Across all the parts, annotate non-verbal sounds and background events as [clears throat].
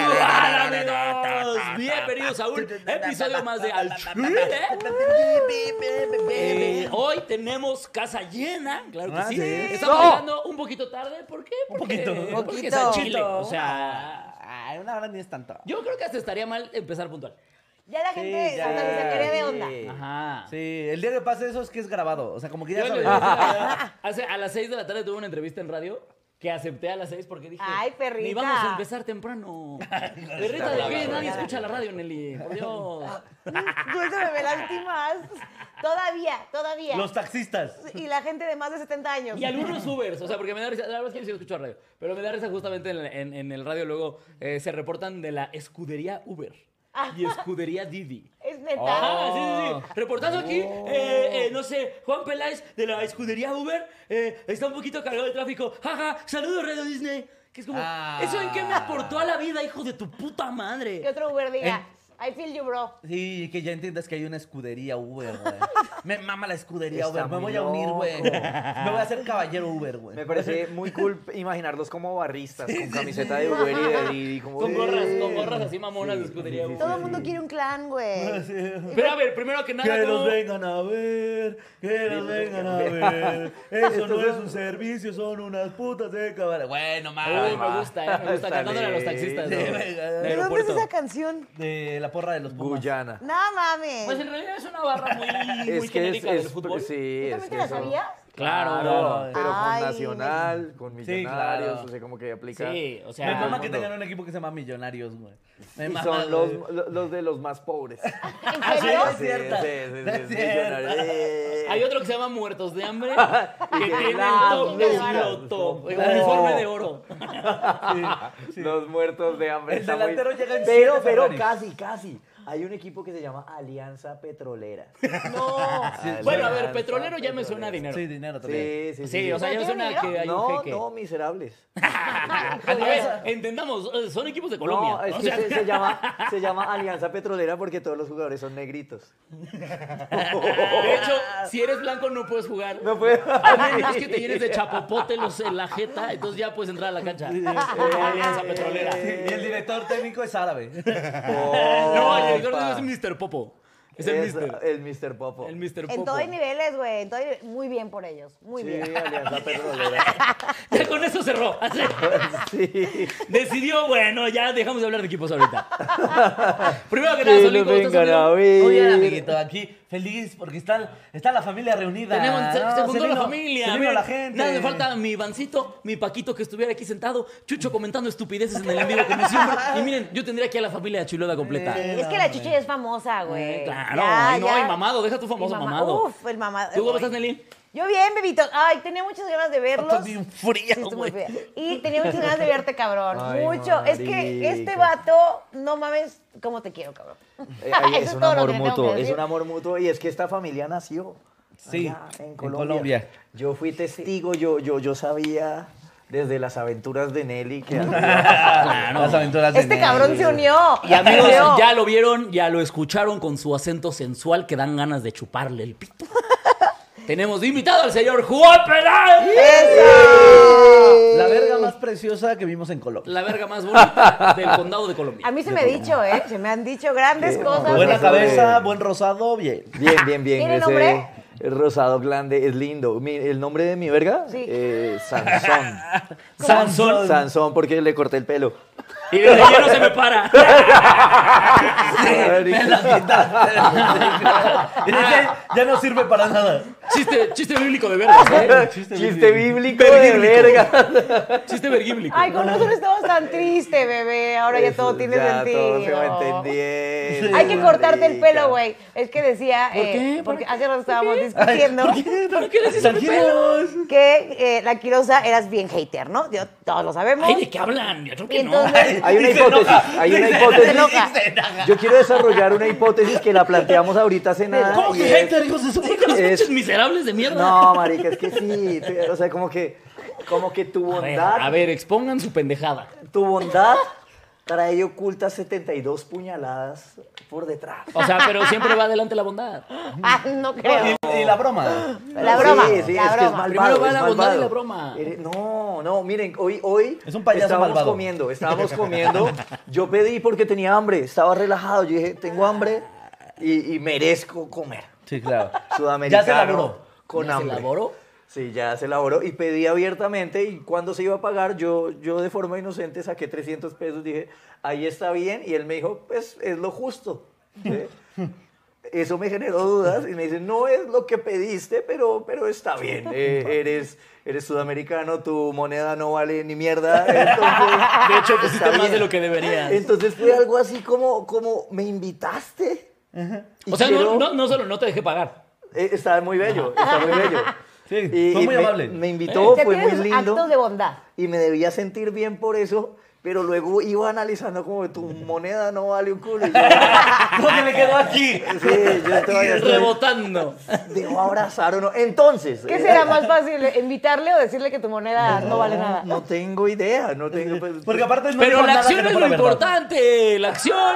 Hola, amigos. Bienvenidos a un episodio más de Al Chile. Eh, Hoy tenemos casa llena, claro que Ah, sí. sí. Estamos No. llegando un poquito tarde, ¿por qué? Porque, poquito. porque Poquito. es al Chile, o sea, Ay, una hora ni es tanto. yo creo que hasta estaría mal empezar puntual. Ya la gente Sí, hasta se sacaría de onda. [laughs] sí. Ajá. Sí, el día que pase eso es que es grabado. O sea, como que ya Yo sabes. les voy a decir [laughs] la verdad, hace- a las 6 de la tarde tuve una entrevista en radio que acepté a las 6 porque dije, Ay, perrita. ni vamos a [laughs] empezar temprano. perrita, ¿de qué? Nadie escucha la radio, Nelly. Por Dios. Suéltame, me lastimas. Todavía, todavía. Los taxistas. Y la gente de más de 70 años. Y algunos Ubers, o sea, porque me da risa, la verdad es que yo sí escucho radio, pero me da risa justamente en, en- en el radio luego eh, se reportan de la escudería Uber [laughs] y escudería Didi. Es neta. Ajá, sí, Ah, sí, sí. Reportando aquí, eh, eh, no sé, Juan Peláez de la escudería Uber eh, está un poquito cargado de tráfico. Jaja, saludos Radio Disney. Que es como, Ah. ¿eso en qué me aportó a la vida, hijo de tu puta madre? Que otro Uber diga, I feel you, bro. Sí, que ya entiendas que hay una escudería Uber, güey. Me mama la escudería Está Uber. Me muy voy a unir, güey. loco. Me voy a hacer caballero Uber, güey. Me parece [laughs] muy cool imaginarlos como barristas, con camiseta de Uber y de Didi. Como, Con gorras, con gorras así mamonas de escudería Uber. Todo el mundo quiere un clan, güey. Pero a ver, primero que nada, Que ¿cómo- nos vengan a ver, que nos vengan a ver. Eso no es un servicio, son unas putas de caballero. Bueno, Uy, Eh, me mames. gusta, eh, [laughs] me gusta Está cantándole a los bien. taxistas. Sí, ¿no? venga. ¿De De ¿De dónde es aeropuerto. esa canción? De la porra de los pumas. Guyana. No mames. Pues en realidad es una barra muy, muy [laughs] es que es, genérica es pues, del fútbol. ¿Tú sí, es también que te la eso- sabías? Claro, Claro. pero con Ay, Nacional, con Sí, Millonarios, claro. o sea, como que aplica. Sí, o sea, Me mama que Mundo. tengan un equipo que se llama Millonarios, güey. Me Y mama, son güey. los, lo- los de los más pobres. [laughs] ¿En Ah, sí, serio? es cierto. [laughs] Sí, sí, sí, Es sí, cierto. Millonarios. Eh. Hay otro que se llama Muertos de [laughs] Hambre, que Y que tiene la- el top los- del loto, No. uniforme de [laughs] oro. Los muertos de hambre. El está muy- delantero llega en Pero, siete pero Ferraris. casi, casi. Hay un equipo que se llama Alianza Petrolera. No. Bueno, a ver, petrolero ya me suena a dinero. Sí, Sí, dinero también. Sí, sí, sí. o sea, ya me suena que hay un [laughs] No, jeque. no, miserables. A ver, entendamos, eh, son equipos de Colombia. No, es o que sea, se, se llama, se llama Alianza Petrolera porque todos los jugadores son negritos. [laughs] De hecho, si eres blanco no puedes jugar. No puede. A menos que te llenes de chapopote los, en la jeta, entonces ya puedes entrar a la cancha. Alianza Petrolera. Sí, Y el director técnico es árabe. [laughs] [laughs] No, el Opa. director no es Mr. Popo. Es el Es Mr. El Mr. Popo. El Mr. Popo. En todos niveles, güey. en todo nivel- Muy bien por ellos. Muy sí, [laughs] bien. Alianza Petrolera. [laughs] Ya con eso cerró. Así. sí. Decidió, bueno, ya dejamos de hablar de equipos ahorita. Primero que nada, Que Solín, lo ¿cómo estás, vengan a amigo? ver. Oye, amiguito, aquí feliz porque está, está la familia reunida. Tenemos, se, No, se juntó vino- la familia. Se vino miren, la gente. Nada me falta mi Vancito, mi Paquito que estuviera aquí sentado, Chucho comentando estupideces en el en vivo como siempre. Y miren, yo tendría aquí a la familia Chiloda completa. Eh, Es que la chucha ya es famosa, güey. claro, Ya, ay, no, ya. el mamado, deja tu famoso El mama- mamado. Uf, el mamado. ¿Tú cómo Ay. estás, Nelly? Yo bien, bebito. Ay, tenía muchas ganas de verlos. Estás bien fría, [laughs] Sí, estoy muy güey. fría. Y tenía muchas ganas de verte, cabrón. Ay, Mucho. Es que marica. este vato, no mames, cómo te quiero, cabrón. [laughs] Eh, ahí Eso es es un todo lo amor que tengo mutuo, que es decir. un amor mutuo y es que esta familia nació Sí, allá en Colombia. Yo fui testigo, yo, yo, yo sabía desde las aventuras de Nelly [laughs] que Ah, había- Las aventuras de Este Nelly. cabrón se unió. Y amigos, Se unió. ya lo vieron, ya lo escucharon con su acento sensual que dan ganas de chuparle el pito. Tenemos de invitado al señor Juan Peláez. La verga más preciosa que vimos en Colombia. La verga más bonita del condado de Colombia. A mí se me ha dicho, ¿eh? Se me han dicho grandes cosas. Buena de- cabeza, buen rosado, bien. Bien, bien, bien. ¿Tiene ese nombre? Rosado grande es lindo. Mi- el nombre de mi verga, Sí. eh, [laughs] Sansón. Sansón. [laughs] Sansón, porque le corté el pelo. Y [laughs] desde allí no se me para. Me la quitaste. [laughs] Y dije, ya no sirve para nada. Chiste, chiste bíblico de vergas, ¿eh? Chiste "Ah, Chiste, bíblico. bíblico, de Bíblico. verga. Chiste vergíblico. Ay, con nosotros estabas tan triste, bebé. Ahora ya todo tiene ya sentido. Todo se va a entender. Ay, Hay que cortarte el pelo, marica. güey. Es que decía, eh, qué? porque ¿Por hace rato estábamos discutiendo ¿Por qué le haces al pelo? que eh, la Quirosa eras bien hater, ¿no? Yo- todos lo sabemos. Ay, ¿de qué hablan? Yo creo y que no. entonces, [laughs] Hay una Dice hipótesis, enoja, hay una dice hipótesis. enoja. Yo quiero desarrollar una hipótesis que la planteamos ahorita hace nada. ¿Cómo y que es- hater, hijos de su Digo, los Es- pinches miserables de mierda. No, marica, es que sí. te- O sea, como que, como que tu A ver, bondad, a ver, expongan su pendejada. tu bondad trae ocultas 72 puñaladas por detrás. O sea, pero siempre va adelante la bondad. ah, no creo. Y la broma. La broma, Sí, sí, la es que es broma. malvado. Primero va es la bondad y malvado. la broma. Eres- No, no, miren, hoy, hoy Es un payaso estábamos malvado. comiendo, estábamos comiendo. Yo pedí porque tenía hambre, estaba relajado. Yo dije, tengo hambre y, y merezco comer. Sí, claro. Ya Sudamericano. se elaboró. Con ¿Ya se hambre. elaboró? Sí, ya se elaboró y pedí abiertamente y cuando se iba a pagar yo, yo de forma inocente saqué 300 pesos, dije, ahí está bien y él me dijo, pues es lo justo. ¿sí? [laughs] Eso me generó dudas y me dice, no es lo que pediste, pero, pero está bien. eh, eres, eres sudamericano, tu moneda no vale ni mierda. Entonces, [laughs] De hecho, pusiste está más bien". de lo que deberías. Entonces fue algo así como, como me invitaste. Y O sea, no, quiero- no, no solo no te dejé pagar. eh, Está muy bello, está muy bello. [laughs] Sí, fue muy Eh, me, amable. Me invitó, O sea, fue muy tienes lindo. actos de bondad. Y me debía sentir bien por eso, pero luego iba analizando como tu moneda no vale un culo. Y yo, [laughs] ¿Dónde le quedó aquí? sí, yo todavía este, estoy, Rebotando. debo abrazar o no. Entonces. ¿Qué eh, será más fácil, invitarle o decirle que tu moneda no, vale nada? No tengo idea, no tengo. pues, [laughs] Porque aparte no Pero dijo la nada acción que no es fuera lo verdad. importante. La acción.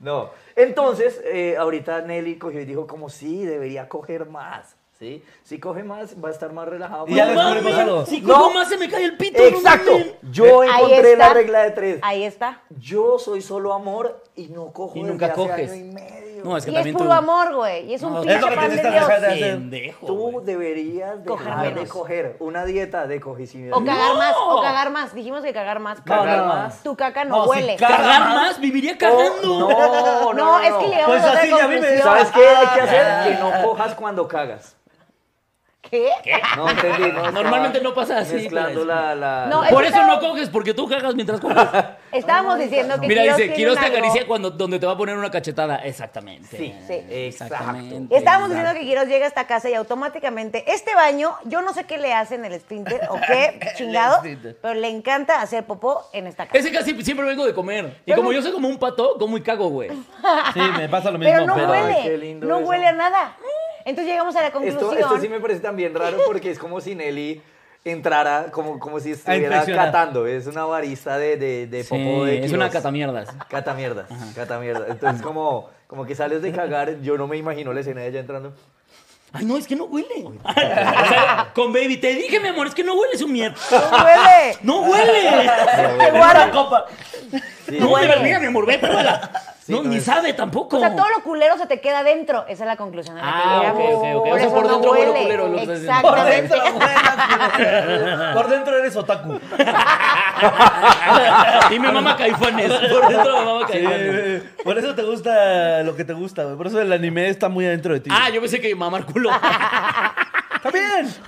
No. Entonces, eh, ahorita Nelly cogió y dijo como sí, debería coger más. ¿sí? Si coge más, va a estar más relajado. Y ya más Mami, descubrimos relajado. algo. Si No. como más se me cae el pito. no Exacto. mames. Yo Ahí encontré la está. regla de tres. Ahí está. Yo soy solo amor y no cojo Y desde nunca hace coges. año y medio. No, es que Y es también puro tú- amor, güey. Y es un No, pinche Es lo que pan de tienes que Dios. dejar de hacer. Pendejo. Tú güey. deberías Coger dejar de menos. coger una dieta de cogicidad. O cagar No. más, o cagar más. Dijimos que cagar más. Cagar No, no. más. Tu caca no, No, sí, huele. caga. ¿Cagar más? Viviría cagando. no, no, no, no. es que le vamos Pues a dar así ya vive. conclusión. ¿Sabes qué hay que Ah. hacer? Que no cojas cuando cagas. ¿Qué? [laughs] No entendí. No, Normalmente estaba no pasa así, Mezclando pues. la, la- No, la- [laughs] es- Por eso Eso- no coges, porque tú cagas mientras coges. Estábamos diciendo que Mira, Quiroz dice, tiene Quiroz un te algo- acaricia cuando, donde te va a poner una cachetada. Exactamente. Sí, sí. exacto. Estábamos diciendo que Quiroz llega a esta casa y automáticamente este baño, yo no sé qué le hacen el esfínter o qué chingado, esfínter. pero le encanta hacer popó en esta casa. Ese casi siempre vengo de comer. Y Pero- como yo soy como un pato, como y cago, güey. Sí, me pasa lo mismo. Pero no pero- Ay, qué huele, lindo no eso. huele a nada. Entonces llegamos a la Esto, conclusión. esto sí me parece también raro porque es como si Nelly entrara, como, como si estuviera inspeccionar. catando. Es una barista de, de, de Sí, popó de es una Quirós. catamierdas. Catamierdas, catamierdas. Entonces, como, como que sales de cagar, yo no me imagino la escena de ella entrando. Ay, no, es que no huele. [laughs] O sea, con baby, te dije, mi amor, es que no huele su mierda. No huele. [laughs] ¡No huele! Te guarda. Sí, No huele, huele. mira, mi amor, ve, pruébala. Sí, No, no ni es- sabe tampoco. O sea, todo lo culero se te queda dentro. Esa es la conclusión a la que Ah, ok, llegamos. ok, ok. Por O sea, eso por no dentro huele huele. culero, es lo que estás diciendo. Por Exactamente. dentro, buenas, Por dentro eres otaku. [laughs] Y Ah, mi mamá caifanes. Por dentro mi mamá caifanes. Eh, por eso te gusta lo que te gusta, güey. Por eso el anime está muy adentro de ti. Ah, yo pensé que mamar culo. ¡Está bien! [laughs]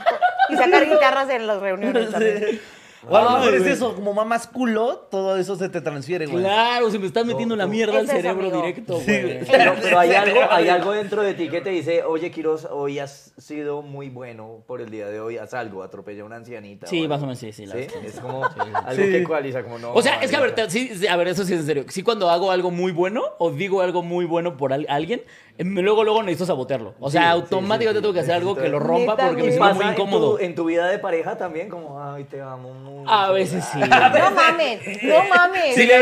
Y sacar guitarras en las reuniones también. Sí. O a lo mejor Ay, es güey. eso, como mamás culo, todo eso se te transfiere, güey. [laughs] Claro, se me está metiendo la mierda al Ese es, cerebro amigo. directo, Sí, güey. güey. Pero, pero hay, algo, hay algo dentro de ti que te dice, oye, Quiroz, hoy has sido muy bueno por el día de hoy, haz algo, atropella a una ancianita. Sí, algo". más o menos, sí, sí, la verdad. Es como algo Sí. que ecualiza, como no. O sea, es que a ver, marica. te- sí, sí, a ver, eso sí es en serio. Sí, cuando hago algo muy bueno o digo algo muy bueno por al- alguien, em, luego, luego necesito sabotearlo. O sea, Sí, sí, automáticamente sí, sí. tengo que hacer algo que lo rompa Neta, porque me güey. siento Pasa muy en tu- incómodo. En tu, vida de pareja también, como, ay, te amo mucho. A veces [laughs] sí. No mames, no mames. Sí, ya,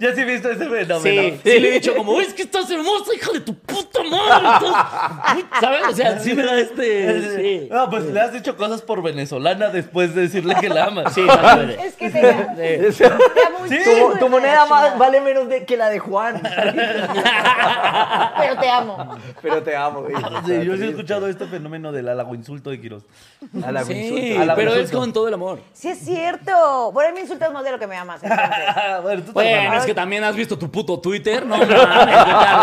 ya sí he visto ese fenómeno. Sí, sí le he dicho como, es que estás hermosa, hija de tu puta madre. [laughs] Estás- ¿Sabes? O sea, sí me da este... Sí, No, pues le has dicho cosas por venezolana después de decirle que la amas. sí, más o menos. Es que te da, Sí. O sea, te da muy Sí. chingo tu, de tu moneda la más- chingada. vale menos de- que la de Juan. Pero te amo. [laughs] Pero te amo, güey. Sí, yo sí he escuchado este fenómeno del halago insulto de Quiroz. A la Sí, consulta. pero es consulta. con todo el amor. Sí, es cierto. Bueno, a mí me insultas más de lo que me amas. entonces. bueno, tú te Bueno, amas. es que también has visto tu puto Twitter. No mames, vete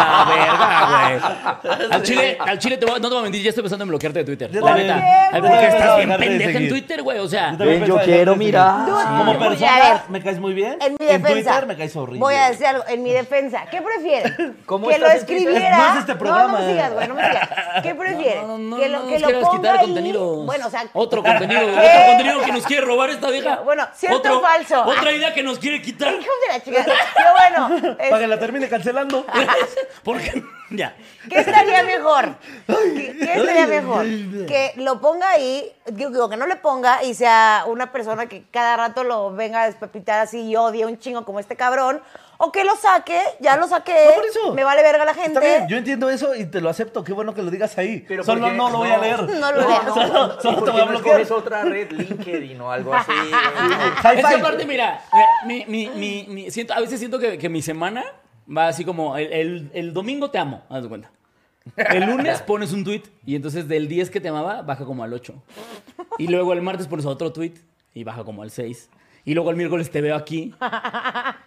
a la verga, güey. Al chile, al chile te voy a- no te voy a mentir, ya estoy pensando en bloquearte de Twitter. Yo La también. neta. ¿Por qué, güey? Porque estás Dejar bien de pendeja en seguir. Twitter, güey. O sea, también Ven, yo pensaba en quiero dejarte de mirar. seguir. Dude, Como voy a persona, ver. me caes muy bien. En mi defensa. Twitter me caes horrible. Voy a decir algo. En mi defensa. ¿Qué prefieres? ¿Cómo que lo estás en Twitter? escribiera. Es más de este No, programa. no me sigas, güey. No me sigas. ¿Qué prefieres? No, no, no, que no lo, nos que lo quieras ponga quitar ahí. contenido. Bueno, o sea. [laughs] Otro contenido, ¿Qué? otro contenido que nos quiere robar esta vieja. Bueno, cierto Otro- o falso. Otra idea que nos quiere quitar. Hijos de la chica. Pero bueno. es- Para que la termine [laughs] cancelando. [laughs] Porque ya. [laughs] ¿Qué estaría mejor? ¿Qué, qué estaría mejor? Que lo ponga ahí, digo, digo, que no le ponga y sea una persona que cada rato lo venga a despepitar así y odie un chingo como este cabrón. O que lo saque, ya lo saqué, No, por eso. me vale verga la gente. Está bien, yo entiendo eso y te lo acepto. Qué bueno que lo digas ahí. Pero ¿por Solo qué? no lo voy a No. leer. No lo [laughs] leo. Solo, solo te ¿Por qué voy a no bloquear. escoges otra red, LinkedIn o algo así? güey? High Es que five. aparte, mira, eh, mi, mi, mi, mi- siento, a veces siento que, que mi semana va así como el, el- el domingo te amo, haz de cuenta. El [laughs] lunes pones un tweet y entonces del 10 que te amaba baja como al 8. Y luego el martes pones otro tweet y baja como al 6. Y luego el miércoles te veo aquí.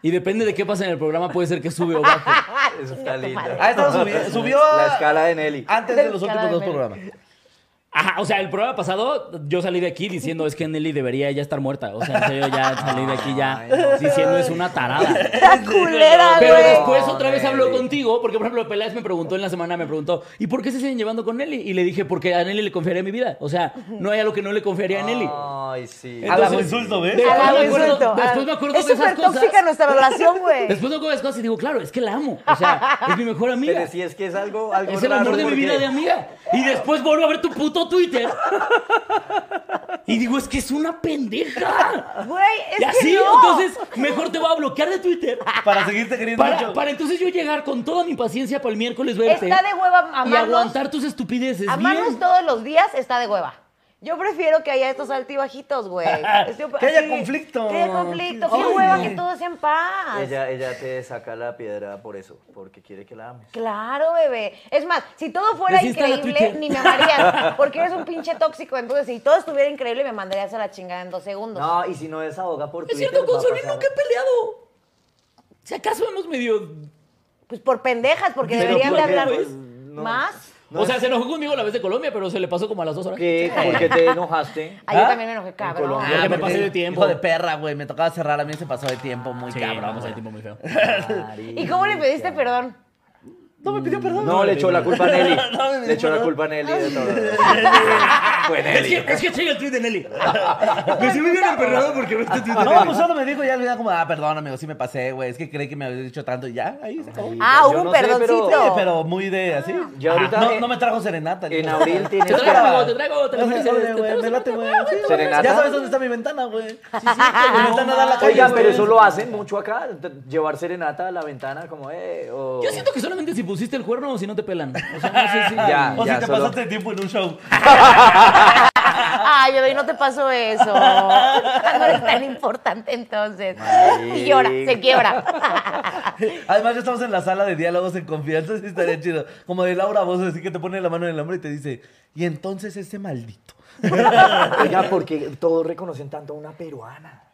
Y depende de qué pasa en el programa, puede ser que sube o baje. Eso está lindo. Ah, esta subió, subió a- La escala de Nelly. antes de los Cada últimos dos vez. programas. Ajá, o sea, el programa pasado yo salí de aquí diciendo es que Nelly debería ya estar muerta. O sea, en serio, ya salí de aquí ya diciendo es una tarada. [laughs] [laughs] Está culera, Pero güey. después No, otra vez habló Nelly. contigo, porque por ejemplo Peláez me preguntó en la semana, me preguntó, ¿y por qué se siguen llevando con Nelly? Y le dije, porque a Nelly le confiaría mi vida. O sea, no hay algo que no le confiaría a Nelly. Ay, sí. A la Entonces- insulto, ¿ves? Después Ah, me güey, acuerdo- suelto. después me Ah, acuerdo es de esas súper cosas. tóxica nuestra relación, [laughs] güey. Después de esas cosas y digo, claro, es que la amo. O sea, es mi mejor amiga. Pero sí es que es algo, algo Es el raro amor de mi porque- vida de amiga. Y después vuelvo a ver tu puto Twitter. Y digo, es que es una pendeja. Güey, [laughs] es y así, que no. entonces, mejor te voy a bloquear de [laughs] Twitter. Para seguirte queriendo Para, mucho. para entonces yo llegar con toda mi paciencia para el miércoles verte. Está de hueva amarnos. Y aguantar tus estupideces. Amarnos bien. todos los días está de hueva. Yo prefiero que haya estos altibajitos, güey. Estoy- Que haya así- conflicto. Que haya conflicto. Qué Ay, hueva no. que todo sea en paz. Ella, ella te saca la piedra por eso, porque quiere que la ames. Claro, bebé. Es más, si todo fuera Desinstala increíble, Twitter. ni me amarías, porque eres un pinche tóxico. Entonces, si todo estuviera increíble, me mandarías a la chingada en dos segundos. No, y si no desahoga por Es Twitter, cierto, Pues va a con Sony pasar. nunca he peleado. Si acaso hemos medio. Pues por pendejas, porque Pero deberían de ¿por qué, hablar pues? No. más. o sea, se enojó conmigo la vez de Colombia, pero se le pasó como a las dos horas. ¿Qué? ¿Por qué te enojaste? Ahí yo ¿Ah? también me enojé, cabrón. Colombia. Ah, me porque- pasé de tiempo. Hijo de perra, güey. Me tocaba cerrar. A mí se pasó de tiempo muy Sí, cabrón. vamos güey. al tiempo muy feo. ¿Y cómo le pediste perdón? No me pidió perdón. No, le echó la culpa a Nelly. [laughs] No, no, Le echó la no. culpa a Nelly de todo. Fue Es Nelly. que, es que checa el tweet de Nelly. Me sirve bien emperrado porque viste el tweet de No, Nelly. pues solo me dijo ya al final como, ah, perdón, amigo, sí me pasé, güey. Es que creí que me había dicho tanto y ya, ahí se acabó. Ah, Yo hubo no un sé, pero- perdoncito. Oye, pero muy de así. Ya ahorita Ajá. no, en- no me trajo serenata. En yo. [laughs] abril tienes Te que... traigo algo, te traigo, te No traigo sé, oye, serenata, güey, me te traigo late, güey. Sí, ¿Serenata? Ya sabes dónde está mi ventana, güey. Mi ventana da a la calle. Oigan, pero güey. eso lo hacen mucho acá, te- llevar serenata a la ventana como, eh, o... Yo siento que solamente si pusiste el cuerno o si no te pelan. O sea, no [laughs] sé si. Ya. O si te solo- pasaste tiempo en un show. Ay, bebé, no te pasó eso. Ah, No eres tan importante entonces. Y llora, se quiebra. [laughs] Además, ya estamos en la sala de diálogos en confianza, sí estaría [laughs] chido. Como de Laura Voz, así que te pone la mano en el hombro y te dice, y entonces ese maldito. [laughs] Oiga, porque todos reconocen tanto a una peruana.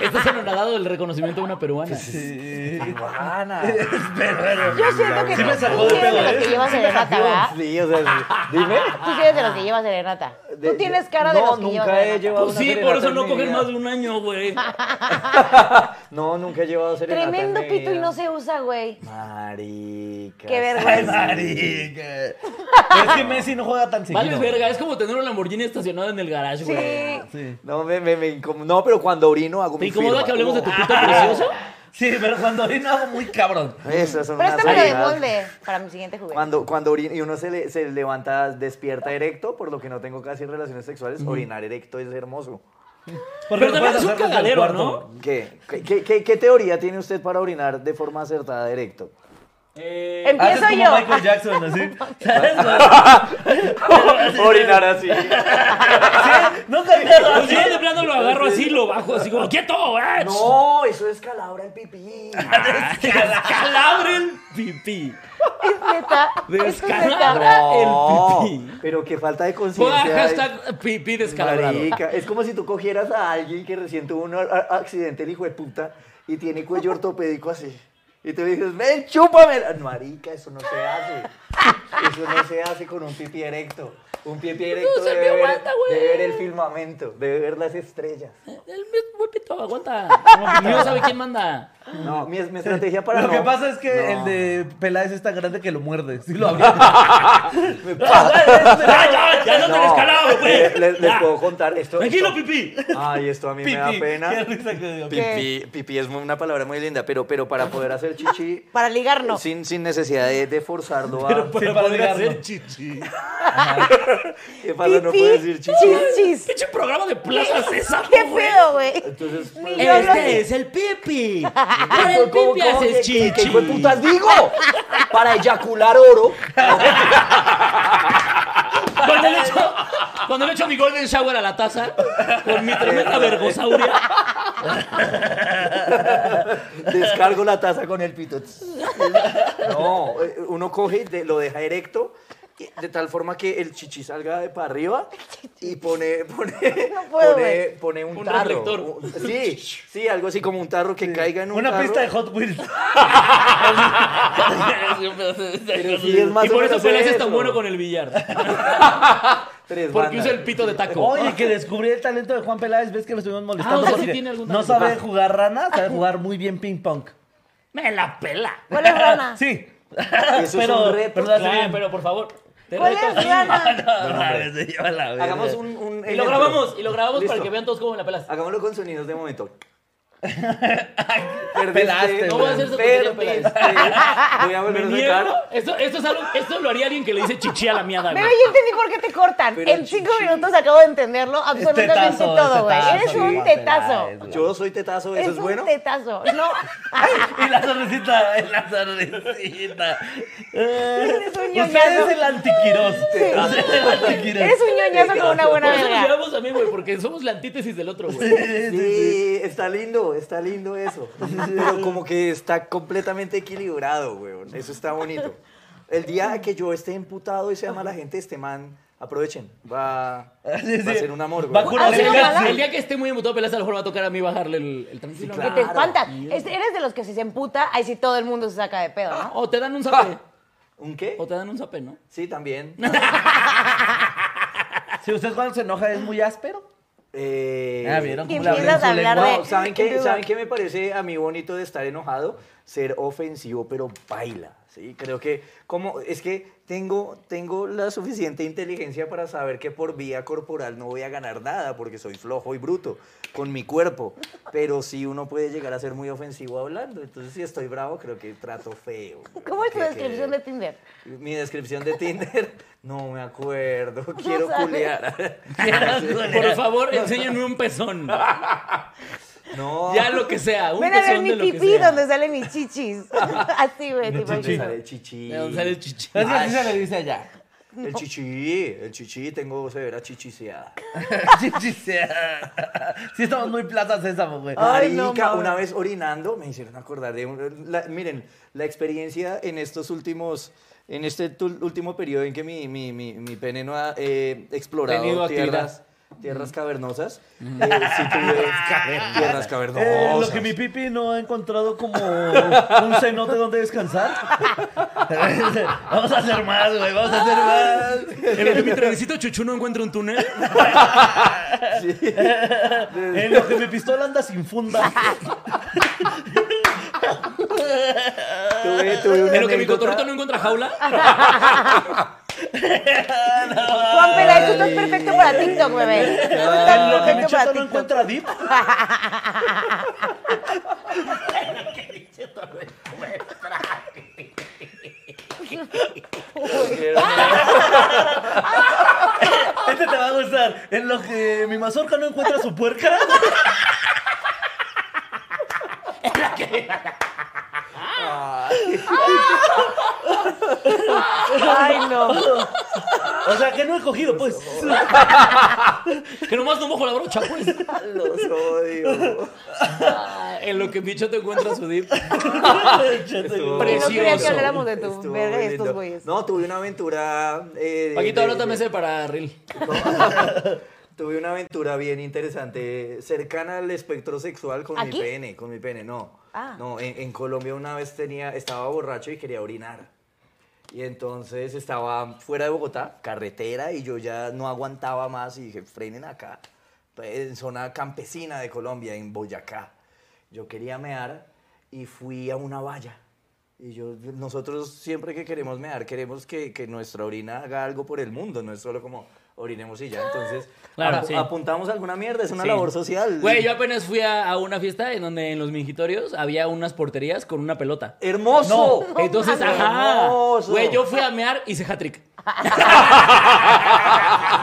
Estás anonadado del reconocimiento de una peruana. [laughs] Sí. Peruana. Yo siento que Sí me sacó tú de sí eres pedo, de ¿eh? los que [laughs] llevas Sí me serenata, hackeó. ¿verdad? Sí, o sea, sí. dime. Tú sí eres de los que llevas serenata. Tú De- tienes cara de no, los que nunca llevas he serenata. llevado- Pues una sí, serenata por eso en no mi cogen vida. más de un año, güey. No, nunca he llevado serenata. en Tremendo mi pito y vida. no se usa, güey. Marica. Qué Ay, vergüenza. marica. Es que Messi no juega tan Vale, seguido. verga, es como tener un Lamborghini estacionado en el garage, güey. Sí. Sí. No, me, me, me incom- no, pero cuando orino hago ¿Te mi incomoda firma. que hablemos de tu Uh, pito precioso? Sí, pero cuando vino hago muy cabrón. Eso es una Préstamelo de sanidad. molde para mi siguiente juguete. Cuando, cuando orina y uno se, le- se levanta, despierta erecto, por lo que no tengo casi relaciones sexuales, orinar erecto es hermoso. Porque Pero lo también puedes es un hacer desde el cagadero, cuarto. ¿no? [laughs] ¿Qué, qué, qué- qué- qué teoría tiene usted para orinar de forma acertada erecto? Ah, Eh, Em- Haces Empiezo Ah, como yo. Michael Jackson, [laughs] así. ¿Sabes? Orinar así. No cantaron o así. si no, Pues de plano lo agarro así, lo bajo así como quieto. ¡Ah! No, eso es calabra el pipí. Descalabra el pipí. Es neta. Esto es neta. Descalabra No, Ah, el pipí. pero qué falta de conciencia. Ponga Ay, hashtag pipí descalabrado. marica, es como si tú cogieras a alguien que recién tuvo un a- a- accidente, el hijo de puta, y tiene cuello ortopédico así. Y te dices, ven, chúpame. Marica, eso no se hace. Eso no se hace con un pipí erecto. Un pipí erecto se me debe, ver, aguanta, güey. debe ver el firmamento, debe ver las estrellas. El huepito, aguanta. No sabe quién manda. No, mi, mi estrategia para Lo no- que pasa es que No. el de Peláez es tan grande que lo muerde. Sí [laughs] lo abrió. [laughs] Me pasa- ¡Ya, ya! ¡Ya no, te descalabro, les, [laughs] güey! eh, les- les Ya. puedo contar esto. Tranquilo, esto- pipí. Ay, esto a mí me da Pipí. pena. Qué risa que [laughs] dio. Pipí, pipí es muy- una palabra muy linda, pero, pero para poder hacer chichi Para ligar, [laughs] no. sin, sin necesidad de, de forzarlo a... Sí, Para para poder ligar, hacer no. chichi. [laughs] ¿Qué pasa? No Pipí, puedes decir chichi. chichis. Pinche programa de Plaza Sésamo, ¿Qué güey. pedo, güey? Entonces, pues, Ni yo lo- Este es el pipi. Por el ¿cómo- pipi cómo que- haces que- que chichi. hijo de putas digo? Para eyacular oro. Cuando le echo, cuando le echo mi golden shower a la taza con mi [laughs] tremenda vergosauria. Descargo la taza con [laughs] el pito. No, eh, uno coge y de- lo deja erecto y- de tal forma que el chichi salga de para arriba y pone pone No puedo, pone, güey. pone un, Un tarro. reflector. Un- Sí, sí, algo así como un tarro que caiga en un Una tarro. pista de Hot [laughs] Wheels. Pero sí es más y o por eso menos Peláez es eso. tan bueno con el [laughs] billar. Tres Porque bandas. usa el pito de taco. Oye, que descubrí el talento de Juan Peláez. ¿Ves que lo estuvimos Ah, o molestando? sea, sí porque tiene algún no talento. sabe jugar rana, sabe jugar muy bien ping [laughs] pong. Me la pela. ¿Cuál es rana? Sí. Eso es un reto. pero lo hace Ah, bien. pero por favor. te ¿Cuál reto. es rana? [laughs] No, mames, se lleva la verga. Hagamos un, un Y lo ejemplo. grabamos, y lo grabamos para Listo. que vean todos cómo me la pelas. Hagámoslo con sonidos [laughs] de momento. Pelaste, No voy a hacer esa tontería, Perdiste. Voy a Me volver a niego. sacar. Esto, esto es algo, esto lo haría alguien que le dice chichi a la miada. güey. Bebé, yo entendí por qué te cortan. Pero en cinco chichi. minutos acabo de entenderlo absolutamente tetazo, todo, güey. tetazo, Eres un Juan tetazo. Peláez, güey. Yo soy tetazo, eso Eres es bueno. un tetazo. No, Y la sonrisita, y la sonrisita. Eh, Eres un Usted ñoñazo. es el antiquirós. Usted es el antiquirós. eres un ñoñazo con una buena Por eso nos verga. llevamos también, güey, porque somos la antítesis del otro, güey. Sí, sí, sí. Sí, está lindo, está lindo eso. Pero como que está completamente equilibrado, weón. Eso está bonito. El día que yo esté emputado y se llama la gente, este man, aprovechen. Va, Ah, Sí, va a sí. ser un amor, Va a weón. curar El el día, cáncer. el día que esté muy embutado, Peláez a lo mejor va a tocar a mí bajarle el, el tranquilo. Sí, Que claro. te espantan. Es- eres de los que si se emputa, ahí sí todo el mundo se saca de pedo, ¿no? O te dan un zape. ¿Un qué? O te dan un zape, [laughs] ¿no? Sí, [laughs] también. Si usted cuando se enoja es muy áspero. Eh, Ah, ¿vieron? Y ¿Cómo le hablan empiezas su a hablar lengua? de... Wow, ¿saben, qué, Entonces, ¿Saben qué me parece a mí bonito de estar enojado? Ser ofensivo, pero baila. Sí, creo que como es que tengo, tengo la suficiente inteligencia para saber que por vía corporal no voy a ganar nada porque soy flojo y bruto con mi cuerpo, pero sí uno puede llegar a ser muy ofensivo hablando. Entonces si estoy bravo creo que trato feo. ¿Cómo es tu Creo descripción que- de Tinder? Mi descripción de Tinder, [laughs] no me acuerdo. Quiero sabes. culear. [laughs] Por favor, enséñenme un pezón. No. Ya lo que sea. Un Ven a pezón ver de mi lo que pipí sea. donde salen mis chichis. Así, güey, te Donde imagino. sale chichi. De donde sale el chichi. Es que así se le dice allá. El chichi, el chichi, tengo severa chichiseada. Chichiseada. Sí, estamos muy plaza sésamo, güey. Ay, no, Marica, mames. una vez orinando, me hicieron acordar de... un- la- miren, la experiencia en estos últimos... En este tul- último periodo en que mi, mi, mi, mi pene no ha eh, explorado Tenido tierras, tierras cavernosas, eh, sí tuve [laughs] tierras cavernosas. Eh, lo que mi pipi no ha encontrado como un cenote donde descansar. vamos a hacer más, güey, vamos a hacer más. [laughs] En lo que mi trenecito chuchu no encuentra un [laughs] túnel. Sí. En lo que mi pistola anda sin [laughs] funda. Tuve, [laughs] tuve una En lo que mi anécdota- cotorrito no encuentra jaula. Juan Peláez, tú estás perfecto para TikTok, bebé. En Tú estás lo que mi perfecto para chata no TikTok. encuentra dip. Este te va a gustar. En lo que mi mazorca no encuentra su puerca. Ah, Ay, no. O sea, que no he cogido, pues. [laughs] Que nomás no mojo la brocha, pues. Los odio. Ah, En lo que mi te encuentra su dip. Estuvo- Precioso. No quería que habláramos de tu Estuvo verga de muy estos lindo. güeyes. No, tuve una aventura. Eh, de- Paquito, de- ahora también se para Reel. [laughs] Tuve una aventura bien interesante, cercana al espectro sexual con ¿Aquí? mi pene, con mi pene, no. Ah. No, en, en Colombia una vez tenía, estaba borracho y quería orinar. Y entonces estaba fuera de Bogotá, carretera, y yo ya no aguantaba más y dije, frenen acá, pues, en zona campesina de Colombia, en Boyacá. Yo quería mear y fui a una valla. Y yo, nosotros siempre que queremos mear, queremos que, que nuestra orina haga algo por el mundo, no es solo como orinemos y ya. Entonces, [gasps] Claro, apu- sí. apuntamos alguna mierda, es una Sí. labor social. Güey, yo apenas fui a, a una fiesta en donde en los mingitorios había unas porterías con una pelota. ¡Hermoso! No. Entonces, mames. ajá. Hermoso. Güey, yo fui a mear y hice hat-trick.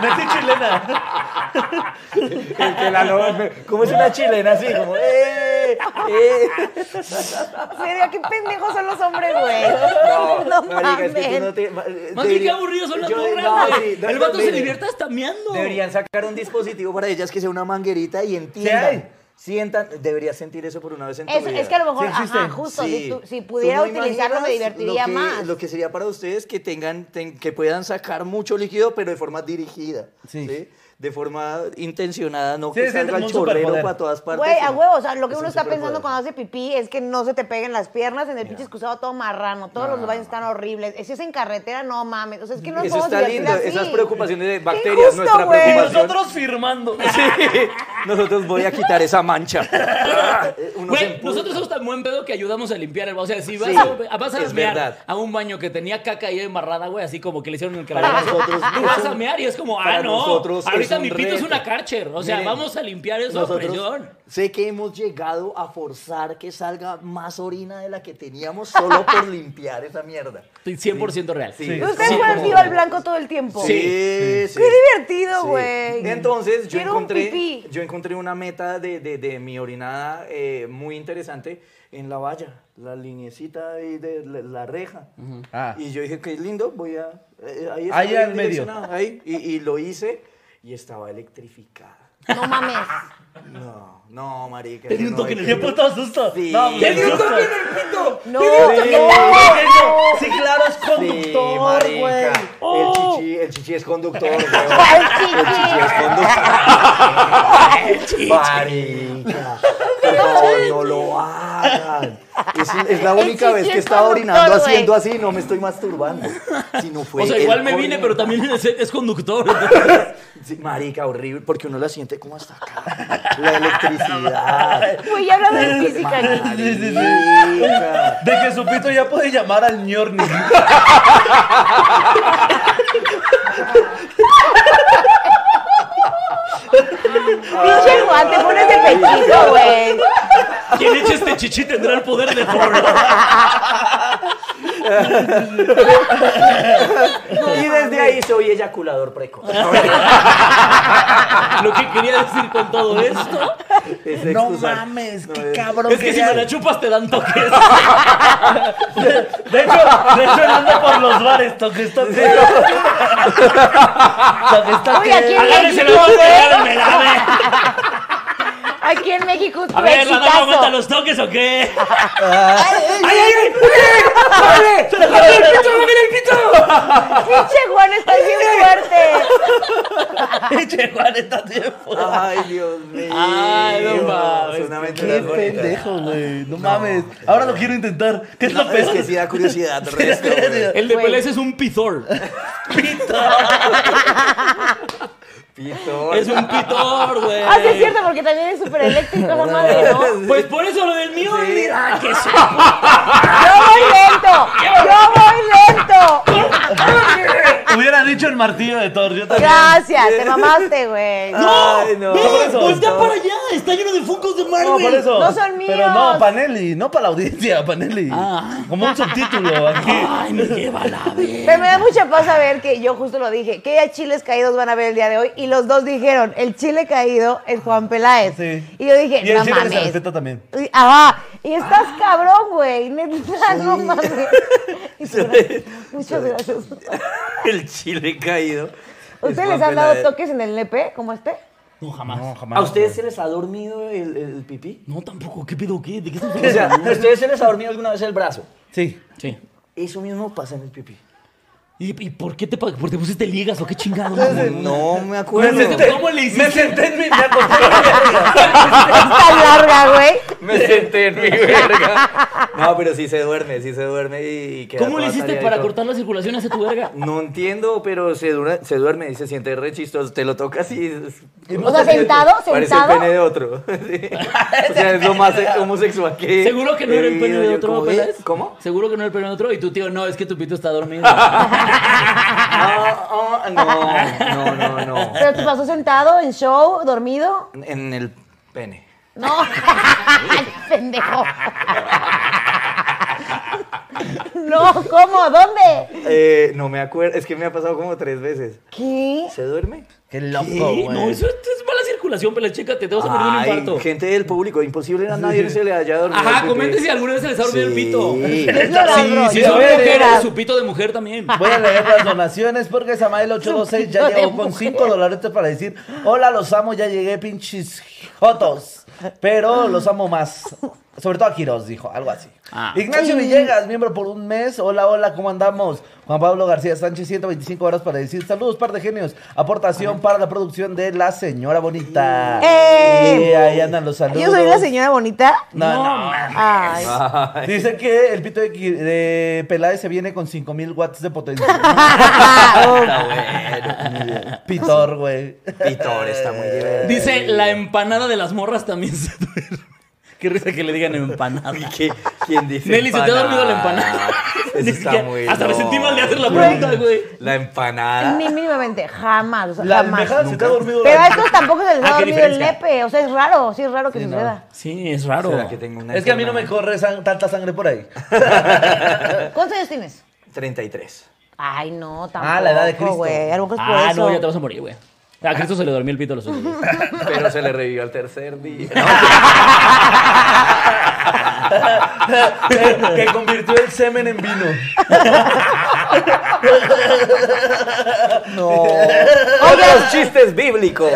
Metí chilena. El que la lo- como es una chilena así, como ¡eh! ¡eh! Sería qué pendejos son los hombres, güey. [laughs] No, No marica, es que tú no mames. te- ma- eh, Más bien debería- qué aburridos son las yo- morras, no, güey. sí, no, El no, vato se miren, divierte hasta meando. Deberían sacar un dispositivo para ellas que sea una manguerita y hay. entiendan. Sientan, deberías sentir eso por una vez en tu Es, vida. es que a lo mejor, Sí existen. ajá, justo, Sí. si, tú- si ¿Tú pudiera no utilizarlo me imaginas divertiría lo que- más. Lo que sería para ustedes que tengan, ten- que puedan sacar mucho líquido, pero de forma dirigida. Sí. Sí. De forma intencionada, no Sí, que sí, salga como el un chorrero superpoder. para todas partes. Güey, a sino- huevo, o sea, lo que es uno un está pensando superpoder. cuando hace pipí es que no se te peguen las piernas, en el pinche excusado todo marrano, todos los baños están horribles. Si es en carretera, no mames. O sea, es que no Eso podemos está divertir lindo, así. esas preocupaciones de bacterias, injusto, nuestra güey. Y [laughs] preocupación. nosotros firmando. Sí, nosotros voy a quitar esa mancha. Ah, eh, uno se Güey, empu- nosotros somos tan buen pedo que ayudamos a limpiar el baño. O sea, si vas, Sí, a, ah, vas a es mear verdad. a un baño que tenía caca ahí embarrada, güey, así como que le hicieron en el Para calabazo, nosotros tú es vas a un- mear y es como, ah, para no, nosotros es ahorita un mi pito es reto. una cárcher. O sea, Miren, vamos a limpiar esa Nosotros opresión. sé que hemos llegado a forzar que salga más orina de la que teníamos [laughs] solo por limpiar esa mierda. Estoy 100% real. Sí. Sí. Ustedes Sí, fueron como- ido al blanco todo el tiempo. Sí. sí. Qué divertido, Sí. güey. Entonces yo Quiero un pipí. encontré, yo encontré una meta de, de- de mi orinada eh, muy interesante en la valla, la linecita ahí de la, la reja. Ah. Y yo dije, qué lindo, voy a... eh, ahí está, Ahí bien al medio. direccionado, ahí. Y, y lo hice y estaba electrificada. No mames. No, no, marica. Tenía que un no toque en el Qué hay- puto susto. Sí. No, hombre, Tenía no. un No, Sí, claro, es Sí, conductor, marica. güey. El, chichi, el chichi es conductor, güey. Ay, El chichi es chichi. conductor. Marica. No, no lo hagan. Es, [laughs] es la El única chichi vez es que estaba conductor, orinando güey. haciendo así, no me estoy masturbando. Si no fue O sea, el igual me vine, corriente. pero también [laughs] es, es conductor. entonces- [laughs] Sí, marica, horrible, porque uno la siente como hasta acá. La [laughs] electricidad. Güey, ya hablando de física aquí. Marica. De que su pito ya puede llamar al ñorni. Pinche el guante, pones de pechito, güey. Quien eche este chichi tendrá el poder de Thor. Y desde ahí soy eyaculador [laughs] precoz. Lo que quería decir con todo esto Es No excusar. mames, No, qué es- cabrón. es que si ya- me la chupas te dan [laughs] toques. [laughs] De hecho, de hecho, él anda por los bares, toques, toques. Toques, toques. Oye, aquí en Agárrense la México, mano, ¿eh? güey. agárrenme, dame. Aquí en México es tu A ver, ¿la dama aguanta exitazo. los toques o qué? [laughs] Pinche Juan, estás bien fuerte. [laughs] Pinche Juan está tiempo. Ay, Dios mío. Ay, no mames, Es una aventura Qué bonita. pendejo, güey. No mames. Ahora lo quiero intentar. ¿Qué es lo No, es peor? que [laughs] sí da curiosidad, resto, güey. El de Güey. Pelés es un pizor. Pitor. Es un pitor, güey. Ah, sí, es cierto, porque también es súper eléctrico esa madre, ¿no? Pues por eso lo del mío. Pues Sí. Ah, mira, que sí. ¡Yo voy lento! ¡Yo voy lento! Hubiera dicho en martillo de Thor, yo también. Gracias, te mamaste, güey. Ay, no. Por eso, ¡Voltea no. para allá! ¡Está lleno de funcos de Marvel! No, por eso. no son míos. Pero no, Panelli, no para la audiencia, Panelli. Ah. Como un subtítulo aquí. Ay, me lleva la vez. Pero me da mucha paz saber que yo justo lo dije, que ya chiles caídos van a ver el día de hoy y los dos dijeron, el chile caído es Juan Peláez. Sí. Y yo dije, Y el no chile que se mames. respeta también. Y- Ajá, y estás cabrón, güey. Neta, no mames. Y tú, gracias. Muchas gracias. [laughs] El chile caído. ¿Ustedes Es les Juan han dado Peláez. toques en el nepe como este? No, jamás. No, No, jamás. ¿A ustedes se les ha dormido el, el pipí? tampoco. ¿Qué pedo? ¿Qué? ¿De [laughs] qué estamos O hablando? sea, ¿a ustedes se les ha dormido alguna vez el brazo? Sí. Sí. Eso mismo pasa en el pipí. ¿Y, y por qué te, pa- por te pusiste ligas o qué [laughs] chingado? No me Me acuerdo. senté, ¿Cómo le hiciste? me senté en mi. Me acosté en mi verga. Está larga, güey. Me senté en mi verga. No, pero sí se duerme, sí se duerme y, y queda ¿Cómo le toda hiciste tallada y para todo. cortar la circulación hacia tu verga? No entiendo, pero se, dura- se duerme y se siente re chistoso. Te lo tocas y... es- O sea, sentado, Parece el sentado. pene de otro. [laughs] Sí. O sea, es lo más homosexual que... Seguro que no era el he pene de vivido yo. otro, ¿Cómo? Peláez? ¿Cómo? Seguro que no era el pene de otro. Y tu tío, no, es que tu pito está [laughs] dormido. Ah, ah, no, no, no, no. Pero te pasó sentado, en show, dormido. En el pene. No, [laughs] pendejo. no, ¿cómo? ¿Dónde? Eh, no me acuerdo, es que me ha pasado como tres veces. ¿Qué? ¿Se duerme? Qué loco, Sí, güey. no, eso es, es mala circulación, Peláez. Chécate, te vas a morir de un Oh, Ay, infarto. gente del público, imposible a nadie se le haya dormido. Ajá, el pipí. comente si alguna vez se les ha dormido el pito. Sí. Es llorando, Si yo son voy a mujeres, llorar. su pito de mujer también. Voy a leer las donaciones porque Samael 826 ya Subido de llegó con mujer. 5 dólares para decir, hola, los amo, ya llegué, pinches jotos. Pero los amo más. Sobre todo a Quiroz, dijo, algo así. Ah. Ignacio Villegas, miembro por un mes. Hola, hola, ¿cómo andamos? Juan Pablo García Sánchez, 125 horas para decir, saludos, par de genios. Aportación para la producción de La Señora Bonita. ¡Eh! Y ahí andan los saludos. Yo soy la señora bonita. No, no. Ay. [laughs] Dice que el pito de, Qui- de Peláez se viene con 5000 watts de potencia. [laughs] [laughs] Está bueno. Pitor, güey. Pitor está muy divertido. Dice, la empanada de las morras también se duerme. [laughs] Qué risa que le digan [laughs] empanada. ¿Qué- ¿Quién dice? Nelly, se te ha dormido la empanada. Eso Ni está siquiera- muy Hasta me loco. sentí mal de hacer la pregunta, güey. La empanada. Ni mínimamente, jamás, o sea, La jamás. almejada se te ha dormido. Pero la- a estos tampoco se les Ah, ha qué dormido el diferencia. nepe, o sea, es raro, sí es raro que Sí, no. suceda. Sí, es raro. ¿Será que tengo una Es que a mí no me hermana? corre san- tanta sangre por ahí. [laughs] ¿Cuántos años tienes? 33. Ay, no, tampoco. Ah, la edad de Cristo. güey, a lo mejor es Pues por Ah, eso. no, ya te vas a morir, güey. A Cristo se le dormía el pito a los otros. [laughs] Pero se le revivió al tercer [laughs] día. que, Eh, que convirtió el semen en vino. No. Otros chistes bíblicos.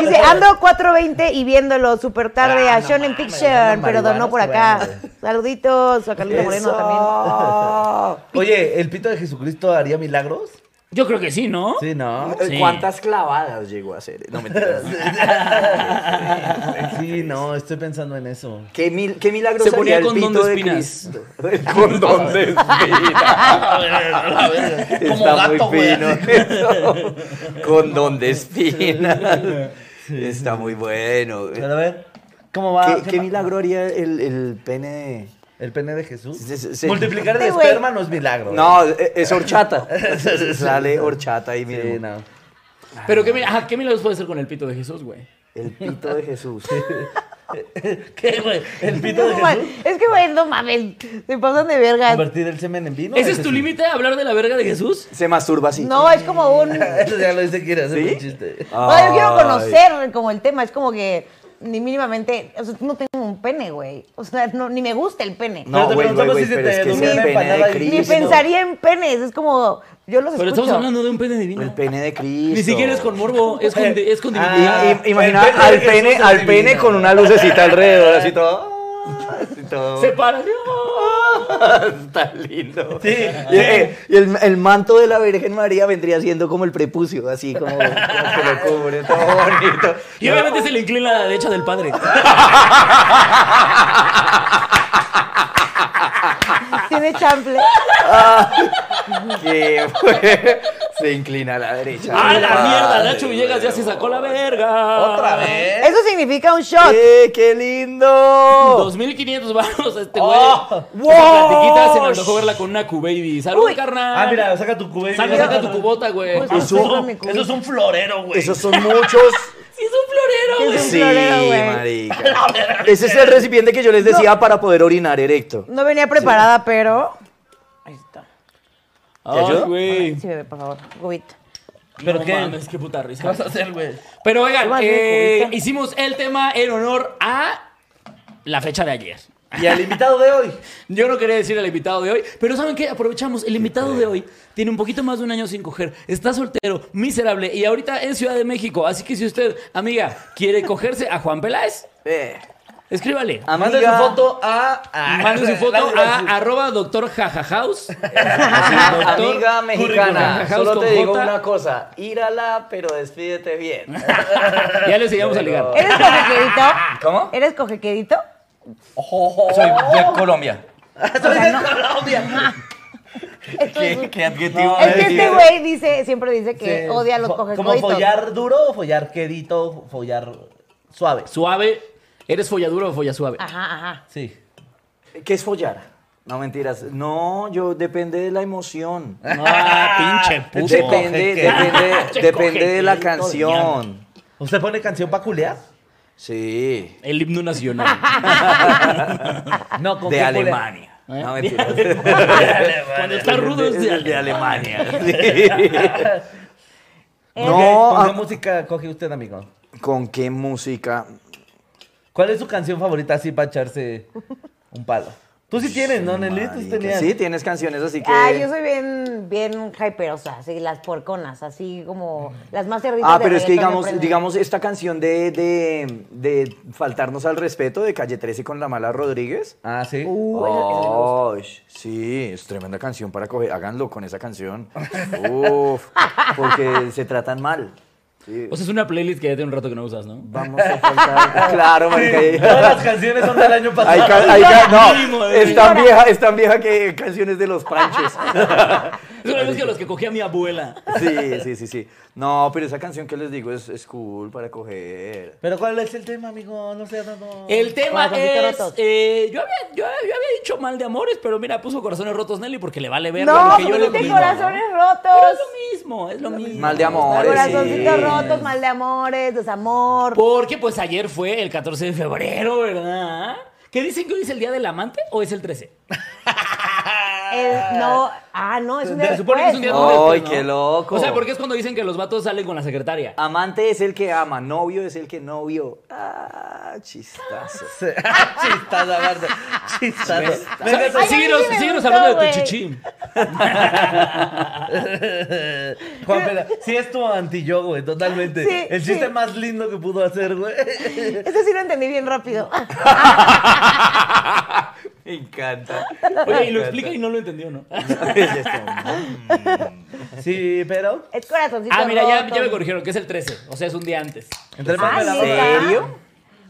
Dice, ando 4.20 y viéndolo súper tarde Ah, a Sean en Picture, pero donó por acá. Saluditos a Carlita Moreno también. Eso. Oye, ¿el pito de Jesucristo haría milagros? Yo creo que sí, ¿no? Sí, [laughs] ¿no? Sí. Eh, ¿Cuántas clavadas llegó a hacer? No me [laughs] Sí, no, estoy pensando en eso. ¿Qué, mil, ¿Qué milagro Se ponía sería el condón pito de de espinas. Cristo? El [laughs] condón de espinas. Como Está gato, muy güey. fino [laughs] eso. Condón de espinas. Está muy bueno. Pero a ver, ¿cómo va? Ah, ¿Qué, qué milagro haría el, el pene de- ¿El pene de Jesús? Se- se- se- Multiplicar el Sí, güey. esperma no es milagro. No, e- es horchata. [laughs] Sale horchata ahí Sí, mismo. no. Pero ¿qué, mi- ajá, ¿qué milagros puede ser con el pito de Jesús, güey? El pito de Jesús. ¿Qué, güey? ¿El pito de No, man, Jesús? Es que, güey, no mames, se pasan de verga. ¿Convertir el semen en vino? ¿Ese de es tu Jesús? límite, hablar de la verga de Jesús? Se masturba así. No, es como [laughs] un... [laughs] Eso ya lo dice que era hacer ¿Sí? un chiste. O sea, yo quiero Ay. conocer como el tema, es como que ni mínimamente, o sea, no tengo un pene, güey. O sea, no- ni me gusta el pene. Pero No, te güey, güey, preguntamos güey, si se pero te es que durmió sea una el pene empanada de ahí. Cristo. Ni pensaría en penes, es como, yo los Pero escucho. estamos hablando de un pene divino. El pene de Cristo. Ni siquiera es con morbo, es con, di- es con divinidad. Ah, Y- y- imagina el pene de al Jesús pene, es al divino. pene con una lucecita alrededor, así [laughs] todo. Así todo. Se para. así, [laughs] Está lindo. Sí. Y, eh, y el, el manto de la Virgen María vendría siendo como el prepucio, así como, como que lo cubre, todo bonito. Y obviamente se le inclina a la derecha del padre. Tiene chample. [laughs] Qué bueno. [laughs] Se inclina a la derecha. ¡Ah, la Ay, mierda! Nacho Villegas ya se sacó la verga. Otra ¿Eh? vez. Eso significa un shot. ¡Eh, qué lindo! 2.500 baros a este güey. Oh, Esa platiquita se me antojó verla con una Q-Baby. ¡Salud, Uy. carnal! Ah, mira, Pues, saca tu cubeta. Saca, saca tu cubota, güey. Uy, Ah, sí. Eso, Saca mi cubeta. eso es un florero, güey. Esos son muchos. ¡Sí, es un florero, Es güey! un Sí, florero, güey. marica. Ese es el recipiente que yo les decía para poder orinar erecto. No venía preparada, pero. Ahí está. Ay, ayudo? güey! Sí, bebé, por favor. Cubita. ¿Pero No qué? mames, qué puta ¿Qué [laughs] risa. vas a hacer, güey? Pero oigan, Toma, eh, rico, rico. hicimos el tema en honor a la fecha de ayer. Y al invitado de hoy. Yo no quería decir al invitado de hoy, pero ¿saben qué? Aprovechamos. El invitado de hoy tiene un poquito más de un año sin coger. Está soltero, miserable y ahorita en Ciudad de México. Así que si usted, amiga, quiere cogerse a Juan Peláez, Eh, escríbale. [laughs] Mande su amiga, foto a. [laughs] a- Mande su foto Dale, a dale, arroba doctor [laughs] jajajaus. Doctor Amiga mexicana, Curriculum. solo Con te digo J. una cosa, írala, pero despídete bien. Ya le enseñamos a ligar. ¿Eres cojequerito? ¿Cómo? ¿Eres cojequerito? Soy de Colombia. su- Soy de Colombia. Esto es un- adjetivo? Es que este güey dice, siempre dice [laughs] que Sí. odia a los Fo- cojequeritos. Como follar duro o follar quedito, follar suave. Suave. ¿Eres folladuro o follasuave? Ajá, ajá. Sí. ¿Qué es follar? No, mentiras. No, yo depende de la emoción. Ah, pinche puto. Depende, coge- [laughs] depende, Che, depende de la coge- canción. ¿Usted pone canción pa' culear? Sí. El himno [laughs] nacional. No, con De qué culea? Alemania. ¿Eh? [laughs] No, mentiras. Cuando está rudo es de de, Ale- Alemania. Ok, No, ¿Con qué ah, música coge usted, amigo? ¿con qué música? ¿Cuál es su canción favorita así para echarse un palo? Tú sí tienes, ¿no, Nelly? Tú sí Marica, tenías. Sí, tienes canciones así que. Ah, yo soy bien, bien hyperosa, así, las porconas, así como las más cerditas. Ah, de pero es que reggaetón me digamos, prenden. digamos esta canción de, de, de faltarnos al respeto de Calle 13 con la mala Rodríguez. Ah, sí. [laughs] Uh, esa- esa me gusta. Ay, sí, es tremenda canción para coger. Háganlo con esa canción. Uf, porque se [laughs] tratan mal. Sí. O sea, es una playlist que ya tiene un rato que no usas, ¿no? Vamos a faltar. Claro, marica. Todas las canciones son del año Hay pasado. ca- hay ca- Mínimo, no, eh. es tan vieja, es tan vieja que canciones de los panches. Es una vez que los que cogí a mi abuela. Sí, sí, sí, sí. No, pero esa canción que les digo es, es cool para coger. Pero ¿cuál es el tema, amigo? No sé, no, no. El tema Corazoncitos es. rotos. eh, yo, había, yo, yo había dicho mal de amores, pero mira, puso corazones rotos Nelly porque le vale ver No, lo que yo le pusiste pido. corazones Pero es rotos. lo mismo, es lo mismo. Mal de amores, Corazoncitos sí. rotos, mal de amores, desamor. Porque pues ayer fue el 14 de febrero, ¿verdad? ¿Qué dicen que hoy es el día del amante o es el 13? el- no, ah, no, es un día Se supone que es un día después, después, donde- ¡Ay, qué loco! O sea, porque es cuando dicen que los vatos salen con la secretaria. Amante es el que ama, novio es el que no vio. Ah, chistazo. [laughs] Chistazo, aparte. Chistazo. Venga, [laughs] Síguenos, Ah, Ay, a mí sí síguenos, me gustó, hablando de tu güey. chichín. Juan, pero sí es tu anti-yo, güey, totalmente. Sí, el chiste sí. más lindo que pudo hacer, güey. ¿no? Ese sí lo entendí bien rápido. [laughs] Me encanta. Oye, y [laughs] lo explica y no lo entendió, ¿no? Sí, pero. Es corazoncitos Ah, mira, ya, ya me rotos. corrigieron que es el 13. O sea, es un día antes. Entre Ah, más me la ¿neta?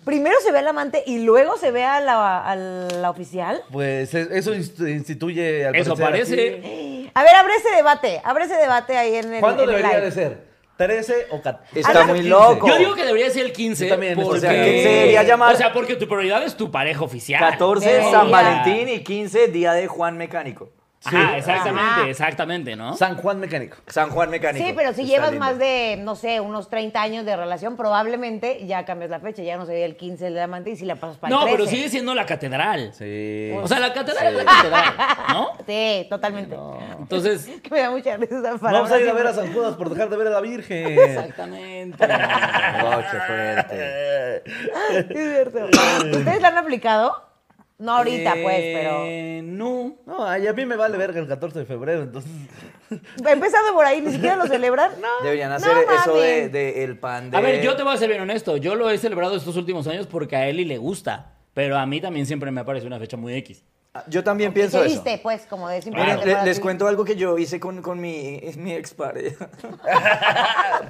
Primero se ve al amante y luego se ve a la, a la oficial. Pues es- eso inst- instituye al Eso parecer, parece. A ver, abre ese debate, abre ese debate ahí en aquí. el. ¿Cuándo en el debería live. de ser? ¿13 o 14? Está Ah, no, muy 15. loco. Yo digo que debería ser el 15. Yo también, porque... o sea, que debería llamar- O sea, porque tu prioridad es tu pareja oficial. 14 Sí. San Valentín y 15 día de Juan Mecánico. Ajá, Sí. exactamente, Ajá. exactamente, ¿no? San Juan Mecánico. San Juan Mecánico. Sí, pero si Está llevas lindo. más de, no sé, unos 30 años de relación, probablemente ya cambias la fecha, ya no sería el 15 del amante y si la pasas para el No, 13. pero sigue siendo la catedral. Sí. O sea, la catedral es la catedral, [laughs] ¿no? Sí, totalmente. Entonces, Que me da mucha risa esa palabra. Vamos a ir a ver a siempre. San Judas por dejar de ver a la Virgen. exactamente. Oh, qué fuerte. Sí, es cierto. ¿Ustedes la han aplicado? No ahorita, pues, pero... Eh, No. No, ay, a mí me vale verga el 14 de febrero, entonces. Empezando por ahí, ni siquiera lo celebran. No, Deberían no, hacer eso mami. de, de el pan de. A ver, yo te voy a ser bien honesto. Yo lo he celebrado estos últimos años porque a Eli le gusta. Pero a mí también siempre me parece una fecha muy X. Ah, Yo también Y pienso te eso. viste, pues, como de Miren, simplemente le- para les ti. cuento algo que yo hice con, con mi, mi expareja.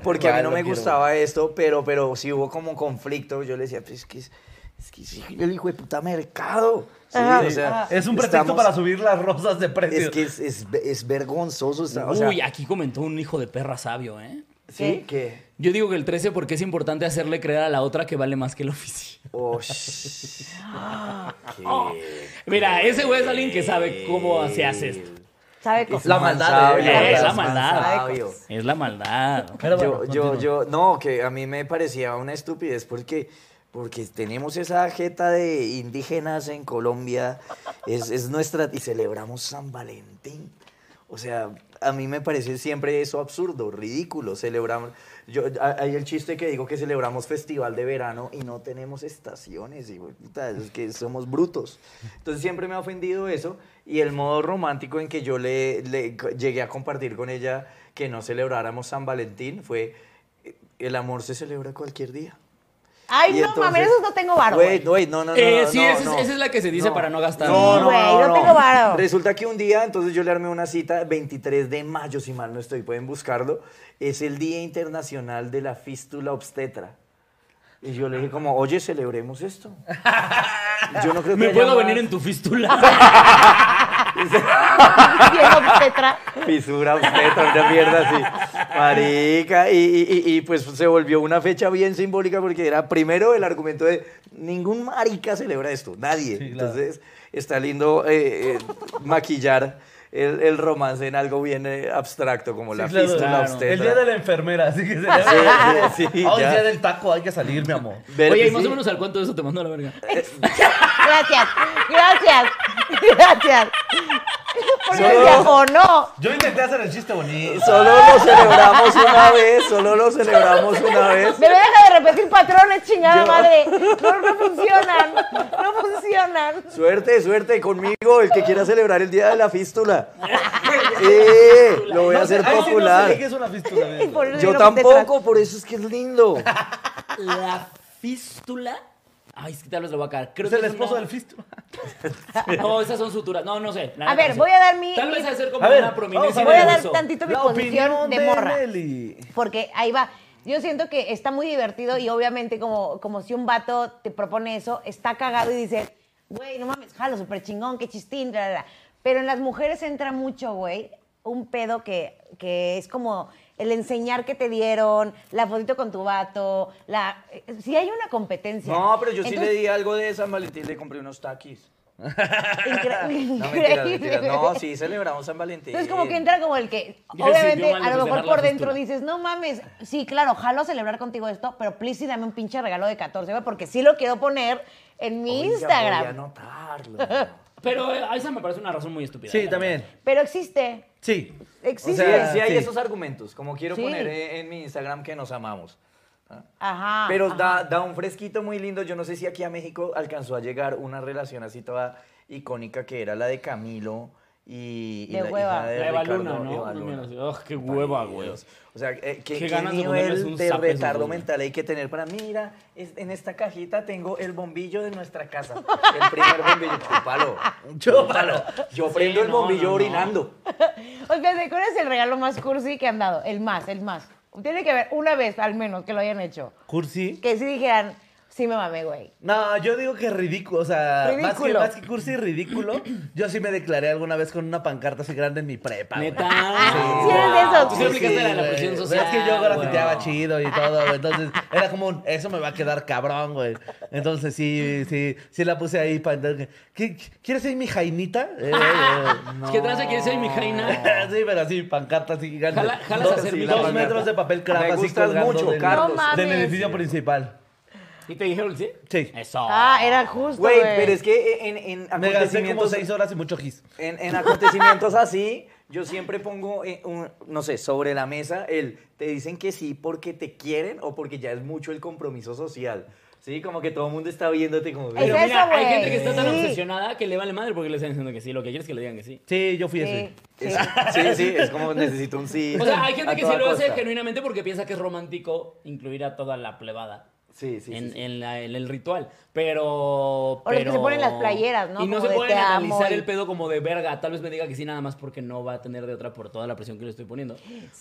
Porque a mí Ay, no lo me quiero. gustaba esto, pero, pero sí hubo como un conflicto. Yo le decía, pues que es- es que sí, el hijo de puta mercado. Sí, Ajá. Ah, o sea, ah, Es un pretexto estamos- para subir las rosas de precio. Es que es, es- es vergonzoso. está- o sea, Uy, aquí comentó un hijo de perra sabio, ¿eh? sí, que... Yo digo que el 13 porque es importante hacerle creer a la otra que vale más que el oficio. [laughs] oh, sh- [laughs] Mira, ese güey es alguien que sabe cómo se hace esto. ¿Sabe cómo? La maldad. eh, sabio, de- es la más maldad. sabio. Es la maldad. Pero bueno, yo, yo, continúa. yo, no, que a mí me parecía una estupidez porque, porque tenemos esa jeta de indígenas en Colombia, es, es nuestra, y celebramos San Valentín. O sea, a mí me parece siempre eso absurdo, ridículo. Celebramos. Yo, a- hay el chiste que digo que celebramos festival de verano y no tenemos estaciones, y es que somos brutos. Entonces siempre me ha ofendido eso y el modo romántico en que yo le, le co- llegué a compartir con ella que no celebráramos San Valentín fue eh, el amor se celebra cualquier día. Ay, Y no, entonces- mames, esos no tengo varo. [laughs] Güey, güey. güey, no, no, no. Eh, no, sí, no, esa es- no. esa es la que se dice para no gastar. No, no, Güey, no, no tengo varo. Resulta que un día, entonces yo le armé una cita, 23 de mayo, si mal no estoy, pueden buscarlo. Es el Día Internacional de la Fístula Obstetra. Y yo le dije como, oye, celebremos esto. [laughs] Yo no creo [laughs] que Me haya puedo más venir en tu [laughs] fístula. Viejo obstetra. Fisura obstetra, una mierda así. Marica. Y, y- y- y, pues se volvió una fecha bien simbólica porque era primero el argumento de ningún marica celebra esto, nadie. Entonces está lindo eh, eh, maquillar el, el romance en algo bien eh, abstracto como la claro, fístula claro. obstetra. El día de la enfermera, así que se llama. Sí, sí, sí, Ah, el ya. día del taco, hay que salir, mi amor. Ver Oye, que y más sí. o menos al cuánto de eso te mandó a la [laughs] verga. Gracias, gracias, gracias. Porque decía, o no. Yo intenté hacer el chiste bonito. Solo lo celebramos una vez, solo lo celebramos una vez. Bebé, deja de repetir patrones, chingada madre. No, no funcionan, no funcionan. Suerte, suerte conmigo, el que quiera celebrar el día de la fístula. Sí, lo voy a hacer Ay, sí, no sé popular. qué es una fístula, Y neta. [laughs] por eso Yo no te tampoco, por eso es que es lindo. La fístula. Ay, es que tal vez lo voy a caer. Creo Es que el es esposo una- del fístula. [laughs] No, esas son suturas. No, no sé. la neta A ver, no sé. voy a dar mi- Tal vez mi- hacer como A ver, una prominencia. vamos a Voy a ver. de dar uso. tantito mi La posición opinión de morra. Nelly. Porque ahí va. Yo siento que está muy divertido y obviamente como, como si un vato te propone eso, está cagado y dices, güey, no mames, jalo, súper chingón, qué chistín, bla, bla, bla". Pero en las mujeres entra mucho, güey, un pedo que, que es como el enseñar que te dieron, la fotito con tu vato, la... Si hay una competencia. [laughs] No, pero yo sí Entonces, le di algo de San Valentín, le compré [laughs] unos taquis. [laughs] incre- No, mentira, mentira. increíble. No, sí, celebramos San Valentín. Entonces como que entra como el que, Ya obviamente, sirvió mal a lo mejor desvelar por la dentro fistula. dices, no mames, sí, claro, jalo celebrar contigo esto, pero please sí dame un pinche regalo de 14, güey, porque sí lo quiero poner en mi Oiga, Voy a Instagram. [laughs] anotarlo. Pero eh, a esa me parece una razón muy estúpida. Sí, la también. Pero existe, Sí. Sí, existe. sea, sí hay sí. esos argumentos, como quiero Sí. poner e-, en, en mi Instagram que nos amamos. Ajá. Pero Ah, ajá. da, da un fresquito muy lindo. Yo no sé si aquí a México alcanzó a llegar una relación así toda icónica que era la de Camilo y, y De la hueva. hija de La Eva Ricardo, Luna, ¿no? Eva No, Luna. mira, ugh, qué hueva, güey. O sea, eh, qué, Qué qué ganas de ponerles nivel un de, zape a esos retardo dos, güey. mental hay que tener para, mira, es- en esta cajita tengo el bombillo de nuestra casa. El primer bombillo. Chúpalo. Chúpalo. Yo prendo el no, bombillo no, no. orinando. O sea, ¿de ¿cuál es el regalo más cursi que han dado? El más, el más. Tiene que haber una vez al menos que lo hayan hecho. Cursi. Que sí dijeran, sí me mamé, güey. No, yo digo que ridículo, o sea, Más, que, Ridículo. más que cursi, ridículo. Yo sí me declaré alguna vez con una pancarta así grande en mi prepa. güey. Neta. Sí eres de esos. Tú Sí, sí aplicaste la de la güey. presión O sea, social. Es que yo grafiteaba güey. chido y todo, güey. entonces era como un, eso me va a quedar cabrón, güey. Entonces sí, sí, sí la puse ahí para entender. que- ¿Qui- ¿Quieres ser mi jainita? Eh, eh, ¿Qué tranza quieres ser mi jaina? [laughs] sí, pero así, pancarta así gigante. Jala- jalas a dos, hacer sí, mi dos pancarta. metros de papel craft Me así gustas colgando mucho, del, Carlos. No mames. del edificio principal. ¿Y te dijeron sí? Sí. Eso. Ah, era justo, Güey, güey. pero es que en, en Me gasté como acontecimientos... seis horas y mucho gis. En, en acontecimientos así, yo siempre pongo, eh, un- no sé, sobre la mesa el te dicen que sí porque te quieren o porque ya es mucho el compromiso social. Sí, como que todo el mundo está viéndote como... Es Pero eso, mira, hay güey. gente que está tan Sí. obsesionada que le vale madre porque le están diciendo que sí. Lo que quieres es que le digan que sí. Sí, yo fui Sí, ese. sí. Sí, sí, es como necesito un sí. O sea, hay gente a que sí toda lo hace costa. genuinamente porque piensa que es romántico incluir a toda la plebada. Sí, sí, en, sí, sí. en la- en el ritual. Pero. O los que pero- se ponen las playeras, ¿no? Y no Como se de pueden te amo analizar y- el pedo como de verga. Tal vez me diga que sí, nada más porque no va a tener de otra por toda la presión que le estoy poniendo.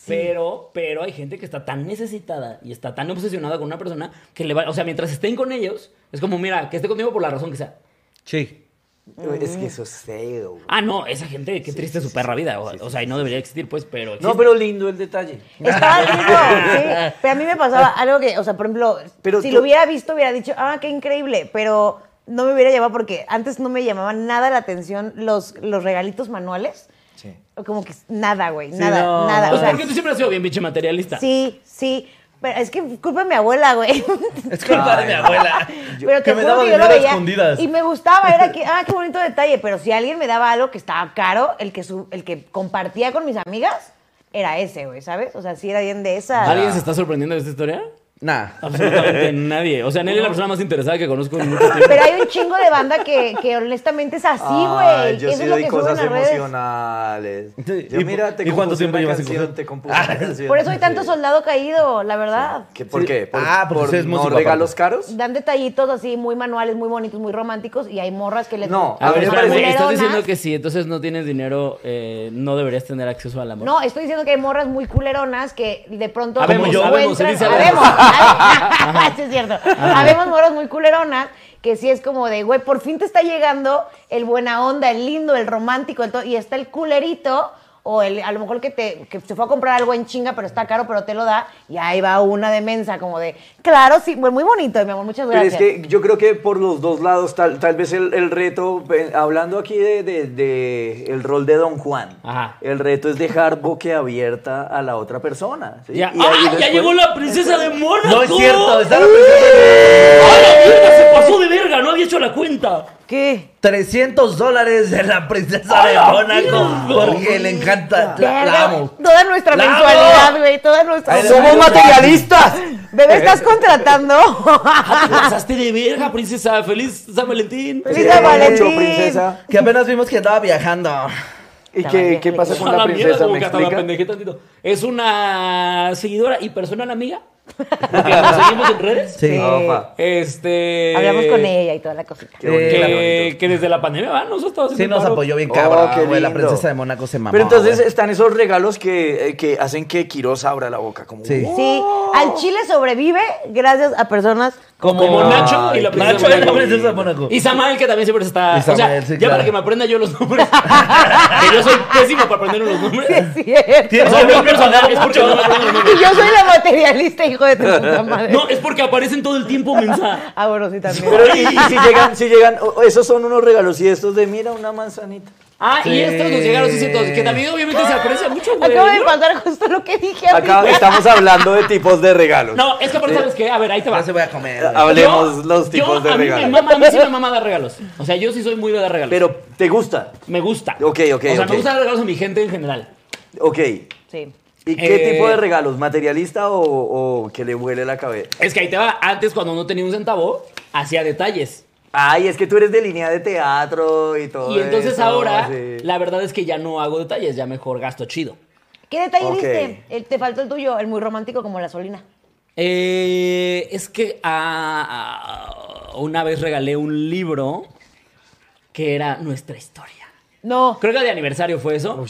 Pero, pero hay gente que está tan necesitada y está tan obsesionada con una persona que le va. O sea, mientras estén con ellos, es como, mira, que esté conmigo por la razón que sea. Sí. Es que eso es feo, güey. Ah, no, esa gente, qué triste su perra vida. O, o sea, y no debería existir, pues, pero. No, existe. pero lindo el detalle. [laughs] Estaba lindo, sí. Pero a mí me pasaba algo que, o sea, por ejemplo, Pero si tú- lo hubiera visto, hubiera dicho, ah, qué increíble, pero no me hubiera llevado porque antes no me llamaban nada la atención los, los regalitos manuales. Sí. O Como que nada, güey, nada, no, nada. Pues o sea, porque tú siempre has sido bien pinche materialista. sí, sí. Pero es que culpa de mi abuela, güey. [laughs] Es culpa de mi abuela. pero que te me juro daba que yo dinero lo a veía escondidas. Y me gustaba, era que, ah, qué bonito detalle. Pero si alguien me daba algo que estaba caro, el que, su- el que compartía con mis amigas, era ese, güey, ¿sabes? O sea, sí era bien de esa. ¿Alguien se está sorprendiendo de esta historia? Nah. Absolutamente nadie. O sea, Nelly es la persona más interesada que conozco en mucho tiempo. Pero hay un chingo de banda que, que honestamente es así, güey. Ay, Eso Yo sí es lo doy que suben cosas a redes. emocionales. Sí, Yo, ¿y- mira, te y cuánto compuse tiempo una llevas en canción, componer? te compuse una canción. Por eso hay tanto Sí. soldado caído, la verdad. ¿Qué- ¿Por Sí. qué? ¿Por, Ah, porque por usted es no músico, regalos aparte. caros? Dan detallitos así muy manuales, muy bonitos, muy románticos y hay morras que les No, A A ver, ver, espérame, parece- estás culeronas. diciendo que si entonces no tienes dinero, eh, no deberías tener acceso al amor. No, estoy diciendo que hay morras muy culeronas que de pronto Habemos, como habemos, se encuentran- dice habemos, habemos. [laughs] habemos. [laughs] Sí, es cierto. Habemos morras muy culeronas que sí es como de, güey, por fin te está llegando el buena onda, el lindo, el romántico, el todo, y está el culerito o el a lo mejor que te que se fue a comprar algo en chinga, pero está caro, pero te lo da y ahí va una de mensa como de, claro, sí, güey, muy bonito, mi amor, muchas Pero gracias. es que yo creo que por los dos lados, tal, tal vez el, el reto, eh, hablando aquí de, de- de el rol de Don Juan, Ajá. el reto es dejar boquiabierta a la otra persona. ¿sí? Ya, Y ahí ¡Ay, ya después- llegó la princesa de Mónaco! No es cierto, está la ¡Ay, princesa. la verga! Se pasó de verga, no había hecho la cuenta. ¿Qué? 300 dólares de la princesa de ¡Ay, Mónaco. mierda! Porque le encanta. La, la Verga, amo. Toda nuestra La amo. mensualidad, güey, toda nuestra Ay, Somos materialistas! [laughs] Bebé, ¿estás contratando? ¡Ah, Te pasaste de verga, princesa. Feliz San Valentín. Sí, Feliz San mucho, Valentín. princesa. Que apenas vimos que andaba viajando. ¿Y Está qué, bien, qué pasa con A la la mierda, princesa? como ¿Me que hasta me explica? apendejé tantito. Es una seguidora y personal amiga. Porque nos seguimos en redes. Sí. Opa. Este. Hablamos con ella y toda la cosita. Qué bonito, Eh, la- qué bonito. Que, que desde la pandemia, va, nos ha estado haciendo Sí, nos paro. apoyó bien Oh, cabrón, qué güey. La lindo. princesa de Mónaco se mamó. Pero entonces güey. están esos regalos que, eh, que hacen que Quiroz abra la boca. Como, "Uh". Sí. Sí, al Chile sobrevive gracias a personas. [laughs] Como Nacho y la princesa Nacho de y la Mónaco. princesa de Mónaco. Y Samael, que también siempre está. Y Samael, sí, o sea, ya claro. para que me aprenda yo los nombres. que yo soy pésimo para aprenderme los nombres. Sí, es cierto. O Tienes sea, que no ver es personal, es personaje porque mucho. no me aprendo los nombres. Y yo soy la materialista, hijo de tu puta madre. No, es porque aparecen todo el tiempo, mensa. Ah, bueno, sí, también. Pero y, y si llegan, si llegan, o- o esos son unos regalos y estos de mira una manzanita. Ah, y Sí. estos nos llegaron, sí, ciertos, que también obviamente se aprecia mucho, güey. Acabo de pasar justo lo que dije Acá ahorita. estamos hablando de tipos de regalos. No, es que aparte, ¿sabes qué? A ver, ahí te va. Ya se voy a comer. güey. Hablemos Yo- los tipos yo- de a mí, me regalos. mama, a mí sí me mama dar regalos. O sea, yo sí soy muy de dar regalos. Pero te gusta. me gusta. Ok, ok, O sea, ok. me gusta dar regalos a mi gente en general. Ok. Sí. ¿Y qué Eh, tipo de regalos? ¿Materialista o, o que le huele la cabeza? Es que ahí te va. Antes, cuando no tenía un centavo, hacía detalles. Ay, es que tú eres de línea de teatro y todo. Y entonces eso, ahora, sí. la verdad es que ya no hago detalles, ya mejor gasto chido. ¿Qué detalle Ok. diste? El- te faltó el tuyo, el muy romántico como la solina. Eh, es que ah, ah, una vez regalé un libro que era nuestra historia. No, Creo que de aniversario fue eso.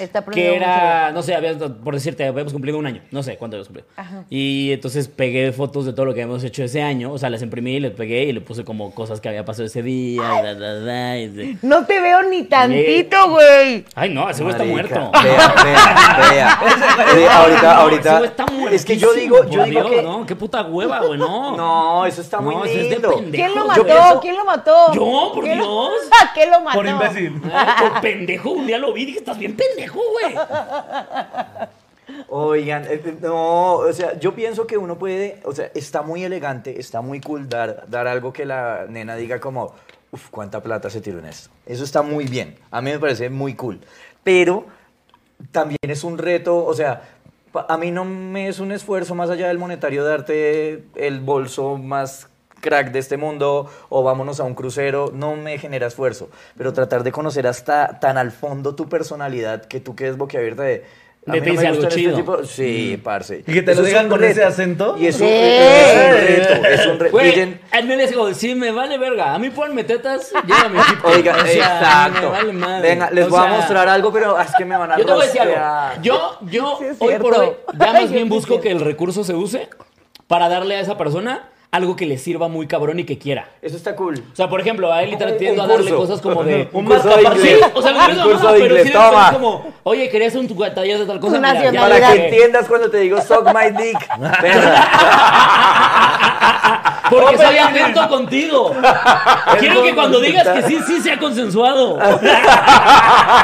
está que prendido mucho. era, no sé, había- por decirte, habíamos cumplido un año, no sé cuánto habíamos cumplido. Ajá. Y entonces pegué fotos de todo lo que habíamos hecho ese año, o sea, las imprimí, les pegué y le puse como cosas que había pasado ese día. da, da, da, y de- No te veo ni tantito, güey. Ay, no, ese güey está Marica, muerto. Vea, vea, [laughs] vea. Vea, ahorita, No, ahorita. ese güey está es que yo muertísimo, digo, yo por digo Dios, que. No, qué puta hueva, güey, no. [laughs] No, eso está muy No, eso es de lindo. pendejo. ¿Quién lo Yo mató? pienso- ¿Quién lo mató? Yo, por [laughs] ¿Quién lo- Dios. ¿Qué lo mató? Por imbécil. Ay, [laughs] por pendejo, un día lo vi y dije, estás bien pendejo, güey. Oigan, eh, eh, no, o sea, yo pienso que uno puede, o sea, está muy elegante, está muy cool dar, dar algo que la nena diga como, uff, cuánta plata se tiró en esto. Eso está muy bien, a mí me parece muy cool. Pero también es un reto, o sea, pa- a mí no me es un esfuerzo más allá del monetario darte el bolso más crack de este mundo o vámonos a un crucero, no me genera esfuerzo, pero tratar de conocer hasta tan al fondo tu personalidad que tú quedes boquiabierta de, A mí Te no dice me algo gustan este chido. Mm. tipo- Sí, parce. Y que te lo Eso es digan un con reto. ese acento. Y es Sí. un, es un reto, es un reto. Güey, Miren, a mí les digo, sí, me vale verga. A mí ponme tetas, llega mi equipo. [laughs] Oiga, O sea, me exacto. vale madre. Venga, les O voy a sea, mostrar algo, pero es que me van a Yo te voy a decir rostrear. algo. Yo, yo Sí, es hoy por hoy, cierto. ya Ay, más yo bien [laughs] sí busco siento. que el recurso se use para darle a esa persona algo que le sirva muy cabrón y que quiera. Eso está cool. O sea, por ejemplo, a él Un- le tiendo a un darle curso. cosas como de. Un curso de marca- Sí, inglés. o sea, Un no es curso mamá, de pero sí inglés, le pones toma. como, oye, querías un tu- taller de tal cosa. Tu Mira, ya nacionalidad. le Para que dije. entiendas cuando te digo suck my dick. [laughs] Perra. Porque soy atento [laughs] contigo. Quiero que cuando digas que sí, sí sea consensuado. Ah,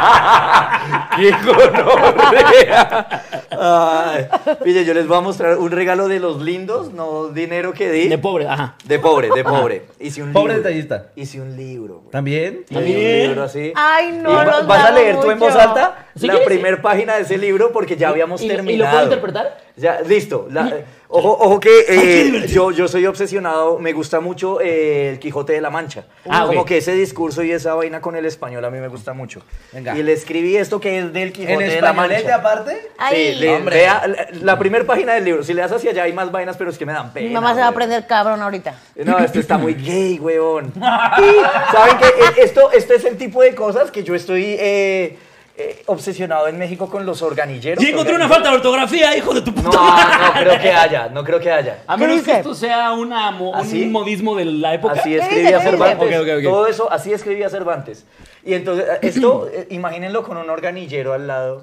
¡Qué gonorrea! Ay. Mire, yo les voy a mostrar un regalo de los lindos, no dinero que di. De pobre, ajá. De pobre, de pobre. Hice un Pobre libro. detallista. Hice un libro. güey. ¿También? Hice un libro así. Ay, Y no, va- los ¿Vas a amo leer tú en mucho. voz alta Si la quieres, primera página de ese libro? Porque ya habíamos y- y lo puedo terminado. interpretar? Ya, listo. La- eh, ojo, ojo que eh, yo, yo soy obsesionado, me gusta mucho eh, el Quijote de la Mancha. Ah, Como ok. que ese discurso y esa vaina con el español a mí me gusta mucho. Venga. Y le escribí esto que es del ¿En Quijote de la españolete Mancha. aparte? Ay, Sí, le- Hombre. vea la, primera página del libro. Si le das hacia allá hay más vainas, pero es que me dan pena. mi mamá se va a güey. prender cabrón ahorita. No, esto está muy gay, huevón. ¿Saben qué? E- Esto, esto es el tipo de cosas que yo estoy eh, eh, obsesionado en México con los organilleros. Sí, encontré una Organilleros. falta de ortografía, hijo de tu puta No, madre. no creo que haya, no creo que haya. A ¿Qué menos que dice? esto sea una mo- ¿Ah, sí? un modismo de la época. Así dice? eh, escribía ¿Qué dice? Cervantes. [laughs] Ok, ok, ok. Todo eso, así escribía Cervantes. Y entonces, eh, esto, eh, imagínenlo con un organillero [laughs] al lado.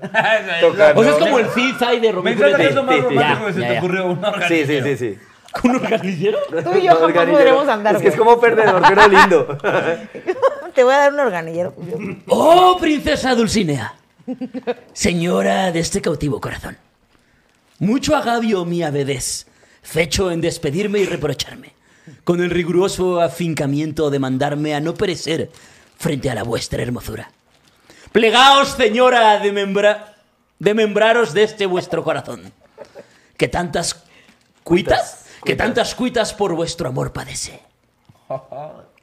tocando. O sea, es como el CSI de Me Romeo y encanta que es Julieta. lo más Sí, sí, romántico que se ya, te ya. ocurrió un Sí, organillo. sí, sí, sí. [laughs] ¿Con un organillero? Tú y yo jamás Organillero. podremos andar, Es que es güey. como perdedor, pero lindo. Te voy a dar un organillero. Oh, princesa Dulcinea. Señora de este cautivo corazón. Mucho agavio mi avedez, fecho en despedirme y reprocharme, con el riguroso afincamiento de mandarme a no perecer frente a la vuestra hermosura. Plegaos, señora, de, membra- de membraros de este vuestro corazón, que tantas cuitas, que tantas cuitas por vuestro amor padece.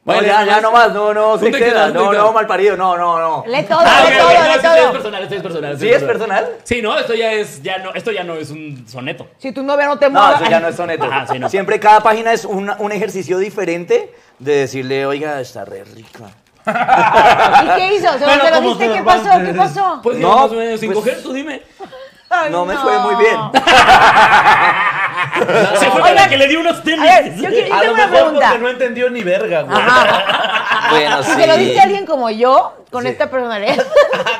No, ya, ya, no más, no, no, se ¿Dónde exceda, quedas? ¿Dónde no, quedas? no, mal parido, no, no, no. Lee todo, Ah, lee ok, todo, ok, no, lee esto ya es todo. personal, esto ya es personal. esto ¿Sí es personal? Sí, no, esto ya es, ya no, esto ya no es un soneto. Si tú no ves, no te No, muevas. eso ya no es [laughs] soneto. Ah, sí, no. Siempre cada página es una- un ejercicio diferente de decirle, oiga, está re rica. ¿Y qué hizo? ¿Se Pero se lo como diste? se ¿Qué rompe. pasó? ¿Qué pasó? Pues No, no, más o menos, sin pues- coger, tú [laughs] dime. Ay, No me fue muy [laughs] bien. Se fue con la que le di unos tenis. A ver, yo, quiero- yo A tengo lo una mejor pregunta. porque no entendió ni verga, güey. Bueno, Si se lo diste a alguien como yo, con esta personalidad.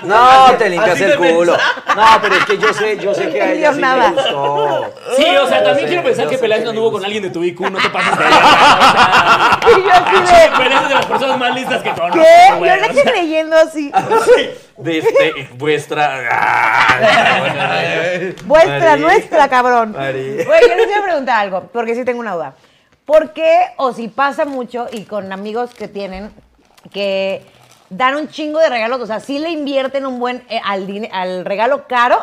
No, te limpias Así el te culo. No, pero es que yo sé, yo sé que a ella entendió sí nada. [laughs] le gustó. Sí, o sea, Ah, Yo también sé, quiero pensar yo que sé Peláez que no le anduvo gusta. con alguien de tu IQ, no te pases [laughs] de verga, o sea, y yo así de. Peláez es de las personas más listas que conozco, ¿Qué? Yo güey, le o sea, este, estoy creyendo así. Desde vuestra. Ah, Vuestra, Mari. nuestra, cabrón. Mari. Güey, yo les voy a preguntar algo, porque sí tengo una duda. ¿Por qué, o si pasa mucho, y con amigos que tienen, que dan un chingo de regalos, o sea, sí le invierten un buen eh, al, dine- al regalo caro,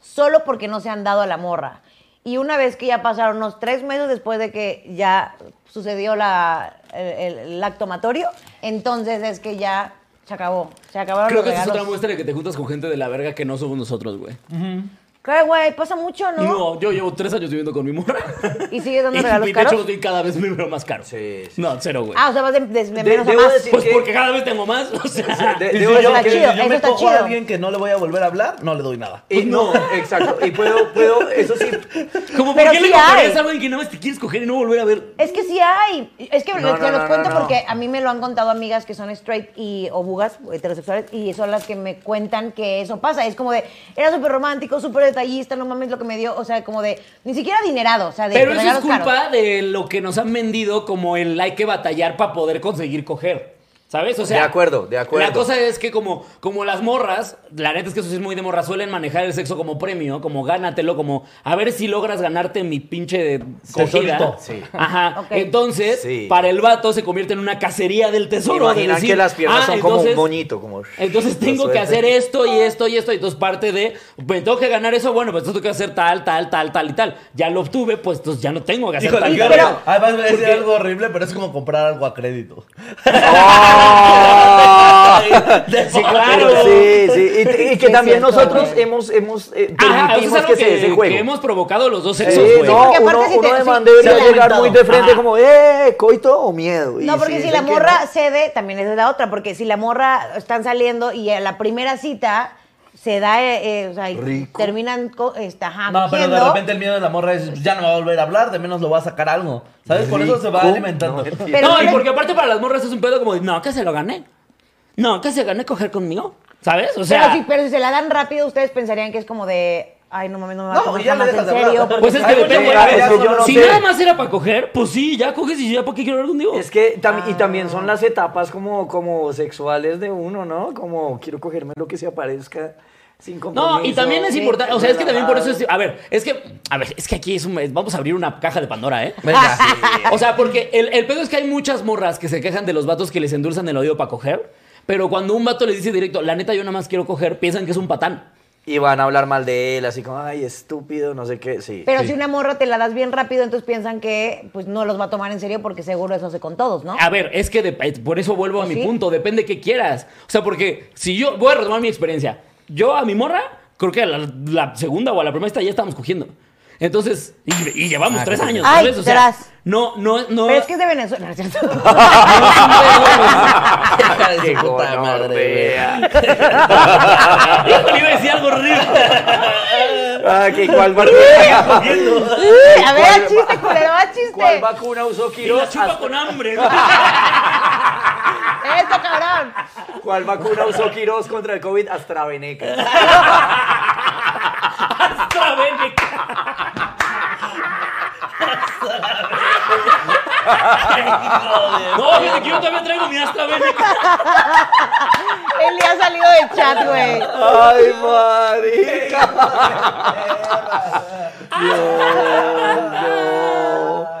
solo porque no se han dado a la morra? Y una vez que ya pasaron unos tres meses después de que ya sucedió la, el, el- el actomatorio, entonces es que ya se acabó. Se acabaron Creo los que esa es regalos. otra muestra de que te juntas con gente de la verga que no somos nosotros, güey. Claro, güey, pasa mucho, ¿no? No, yo llevo tres años viviendo con mi morra. ¿Y sigues [laughs] dando Y- regalos y de caros? hecho, estoy cada vez me veo más caro. Sí, sí. No, cero, güey. Ah, o sea, vas de, de- de De- menos a debo más. decir Pues que- porque cada vez tengo más, [laughs] o sea... de- Y si debo yo, decir que- está chido, que- si yo eso me está cojo chido. a alguien que no le voy a volver a hablar, no le doy nada. Eh, no, [laughs] exacto. Y puedo, puedo, eso sí. Como por Pero qué le sí comprarías hay. a alguien que nada más te quieres coger y no volver a ver. Es que sí hay. Es que No, te no, los no, cuento no, no. porque a mí me lo han contado amigas que son straight y o bugas, heterosexuales, y son las que me cuentan que eso pasa. Es como de, era súper romántico, súper detallista, no mames lo que me dio. O sea, como de, ni siquiera adinerado, o sea, de Pero eso es regalos culpa caros. de lo que nos han vendido como el hay que batallar para poder conseguir coger. ¿Sabes? O sea, De acuerdo, de acuerdo. La cosa es que como, como las morras, la neta es que eso sí es muy de morra, suelen manejar el sexo como premio, como gánatelo, como a ver si logras ganarte mi pinche cogida. Tesorito. Sí. Ajá. Ok. Entonces, Sí. para el vato se convierte en una cacería del tesoro. de Imaginan decir, que las piernas "Ah, son como entonces- un moñito, como. entonces tengo que [laughs] hacer esto y esto y esto. Y entonces parte de, me tengo que ganar eso, bueno, pues entonces tengo que hacer tal, tal, tal, tal y tal. Ya lo obtuve, pues entonces ya no tengo que hacer Híjole, tal. qué tal, horrible. tal. Además, voy a decir Porque- algo horrible, pero es como comprar algo a crédito. ¡Oh! Sí, claro. Sí, sí. Y, y que Sí, también cierto, nosotros güey. hemos, hemos eh, Ajá, Ah, eso es permitimos algo que, se dé ese juego. que hemos provocado los dos Sí, sexos, güey. no, porque aparte uno, si te- uno de si- man si debería te llegar aventado. muy de frente Ajá. como, eh, coito o miedo. Y No, porque si la dicen que morra no. cede, también es la otra, porque si la morra están saliendo y a la primera cita se da, eh, eh, o sea, y Rico. terminan co- este, ajá, No, pero de cogiendo. repente el miedo de la morra es ya no va a volver a hablar, de menos lo va a sacar algo. ¿Sabes? Por eso se va Rico. alimentando. [laughs] No, Pero no, y no- porque aparte para las morras es un pedo como de, no, que se lo gané. No, que se gané coger conmigo. ¿Sabes? O sea, pero, si, pero si se la dan rápido, ustedes pensarían que es como de, ay, no mames, no me va a No, tomar y ya le jamás en dejas de serio. hablar. porque- pues es que Ay, depende, oye, a ver, ya pues, yo no si sé. nada más era para coger, pues sí, ya coges y ya, ¿para qué quiero hablar contigo? Es que tam- Ah. y también son las etapas como, como sexuales de uno, ¿no? Como quiero cogerme lo que se aparezca sin compromiso. No, y también es Sí, importante, o sea, es que también por eso es, relajado. a ver, es que, a ver, es que aquí es un, vamos a abrir una caja de Pandora, ¿eh? [laughs] Venga. O sea, porque el, el pedo es que hay muchas morras que se quejan de los vatos que les endulzan el oído para coger, pero cuando un vato les dice directo, la neta yo nada más quiero coger, piensan que es un patán. Y van a hablar mal de él, así como, ay, estúpido, no sé qué, sí. Pero si una morra te la das bien rápido, entonces piensan que pues no los va a tomar en serio porque seguro eso hace con todos, ¿no? Pues A ver, es que dep- por eso vuelvo a mi ¿Sí? punto, depende qué quieras. O sea, porque si yo, voy a retomar mi experiencia, yo a mi morra, creo que a la, la segunda o a la primera cita ya estábamos cogiendo. Entonces, y, y llevamos Ah, tres qué años, Ay, ¿sabes? O sea, tras. no, no, no. Pero es que es de Venezuela, ¿no es cierto? [laughs] Hija de su Qué puta madre, güey. gonorrea. Híjole, iba a decir algo rico. Ah, que [laughs] cuál vacuna. a ver, haz chiste, culero, haz chiste. ¿Cuál vacuna usó Yo Quiroz? chupa con [laughs] hambre. ¿no? Ah. Eso, cabrón. ¿Cuál vacuna usó Quiroz contra el COVID? AstraVeneca. Otra vez, me ca- No, fíjate que yo también traigo mi AstraZeneca. Él ya ha salido del chat, güey. Ay, marica. No,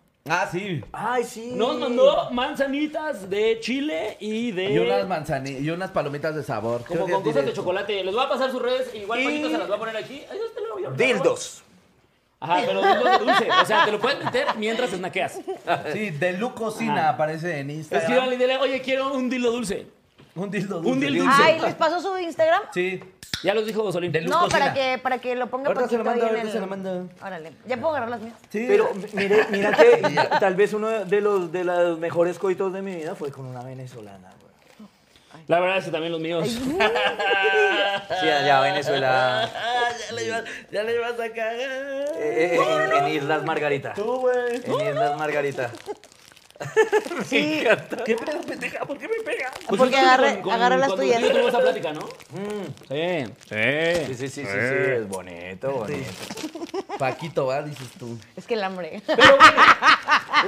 Ah, sí. Ay, sí. nos mandó manzanitas de Chile y de... Y unas manzanillas, y unas palomitas de sabor. Eh, Creo Como que con cosas diré. de chocolate. Les voy a pasar sus redes. Igual Y- Paquito se las va a poner aquí. Ahí está, lo voy a poner. Dildos. Ajá, pero dildos de dulce. O sea, te lo puedes meter mientras snaqueas. Sí, de Lu Cocina aparece en Instagram. Escríbale y dile, oye, quiero un dildo dulce. Un dildo Un dildo dulce. Ay, ¿les pasó su Instagram? Sí. Ya los dijo Solín. Del- Luz No, Cocina. para que, para que lo ponga Ahorita se poquito lo mando, ahí en ahorita el- se lo mando. Órale, ya puedo agarrar las mías. Sí. Pero mire, mira que tal vez uno de los de los mejores coitos de mi vida fue con una venezolana, güey. La verdad es que también los míos. Sí, allá Venezuela. Ah, ya le vas a cagar. eh, eh, en, en Islas Margarita. Tú, güey. En Islas Margarita. [laughs] Sí, ¿Qué pedo, pendeja? ¿Por qué me pegas? Pues Porque yo creo que agarré- agarré las cuando tuyas. tú y yo tuvimos esa plática, ¿no? Mm. Sí. Sí, Sí. sí, sí, sí, sí, Eh. es bonito, bonito. Paquito va, dices tú. es que el hambre. Pero bueno,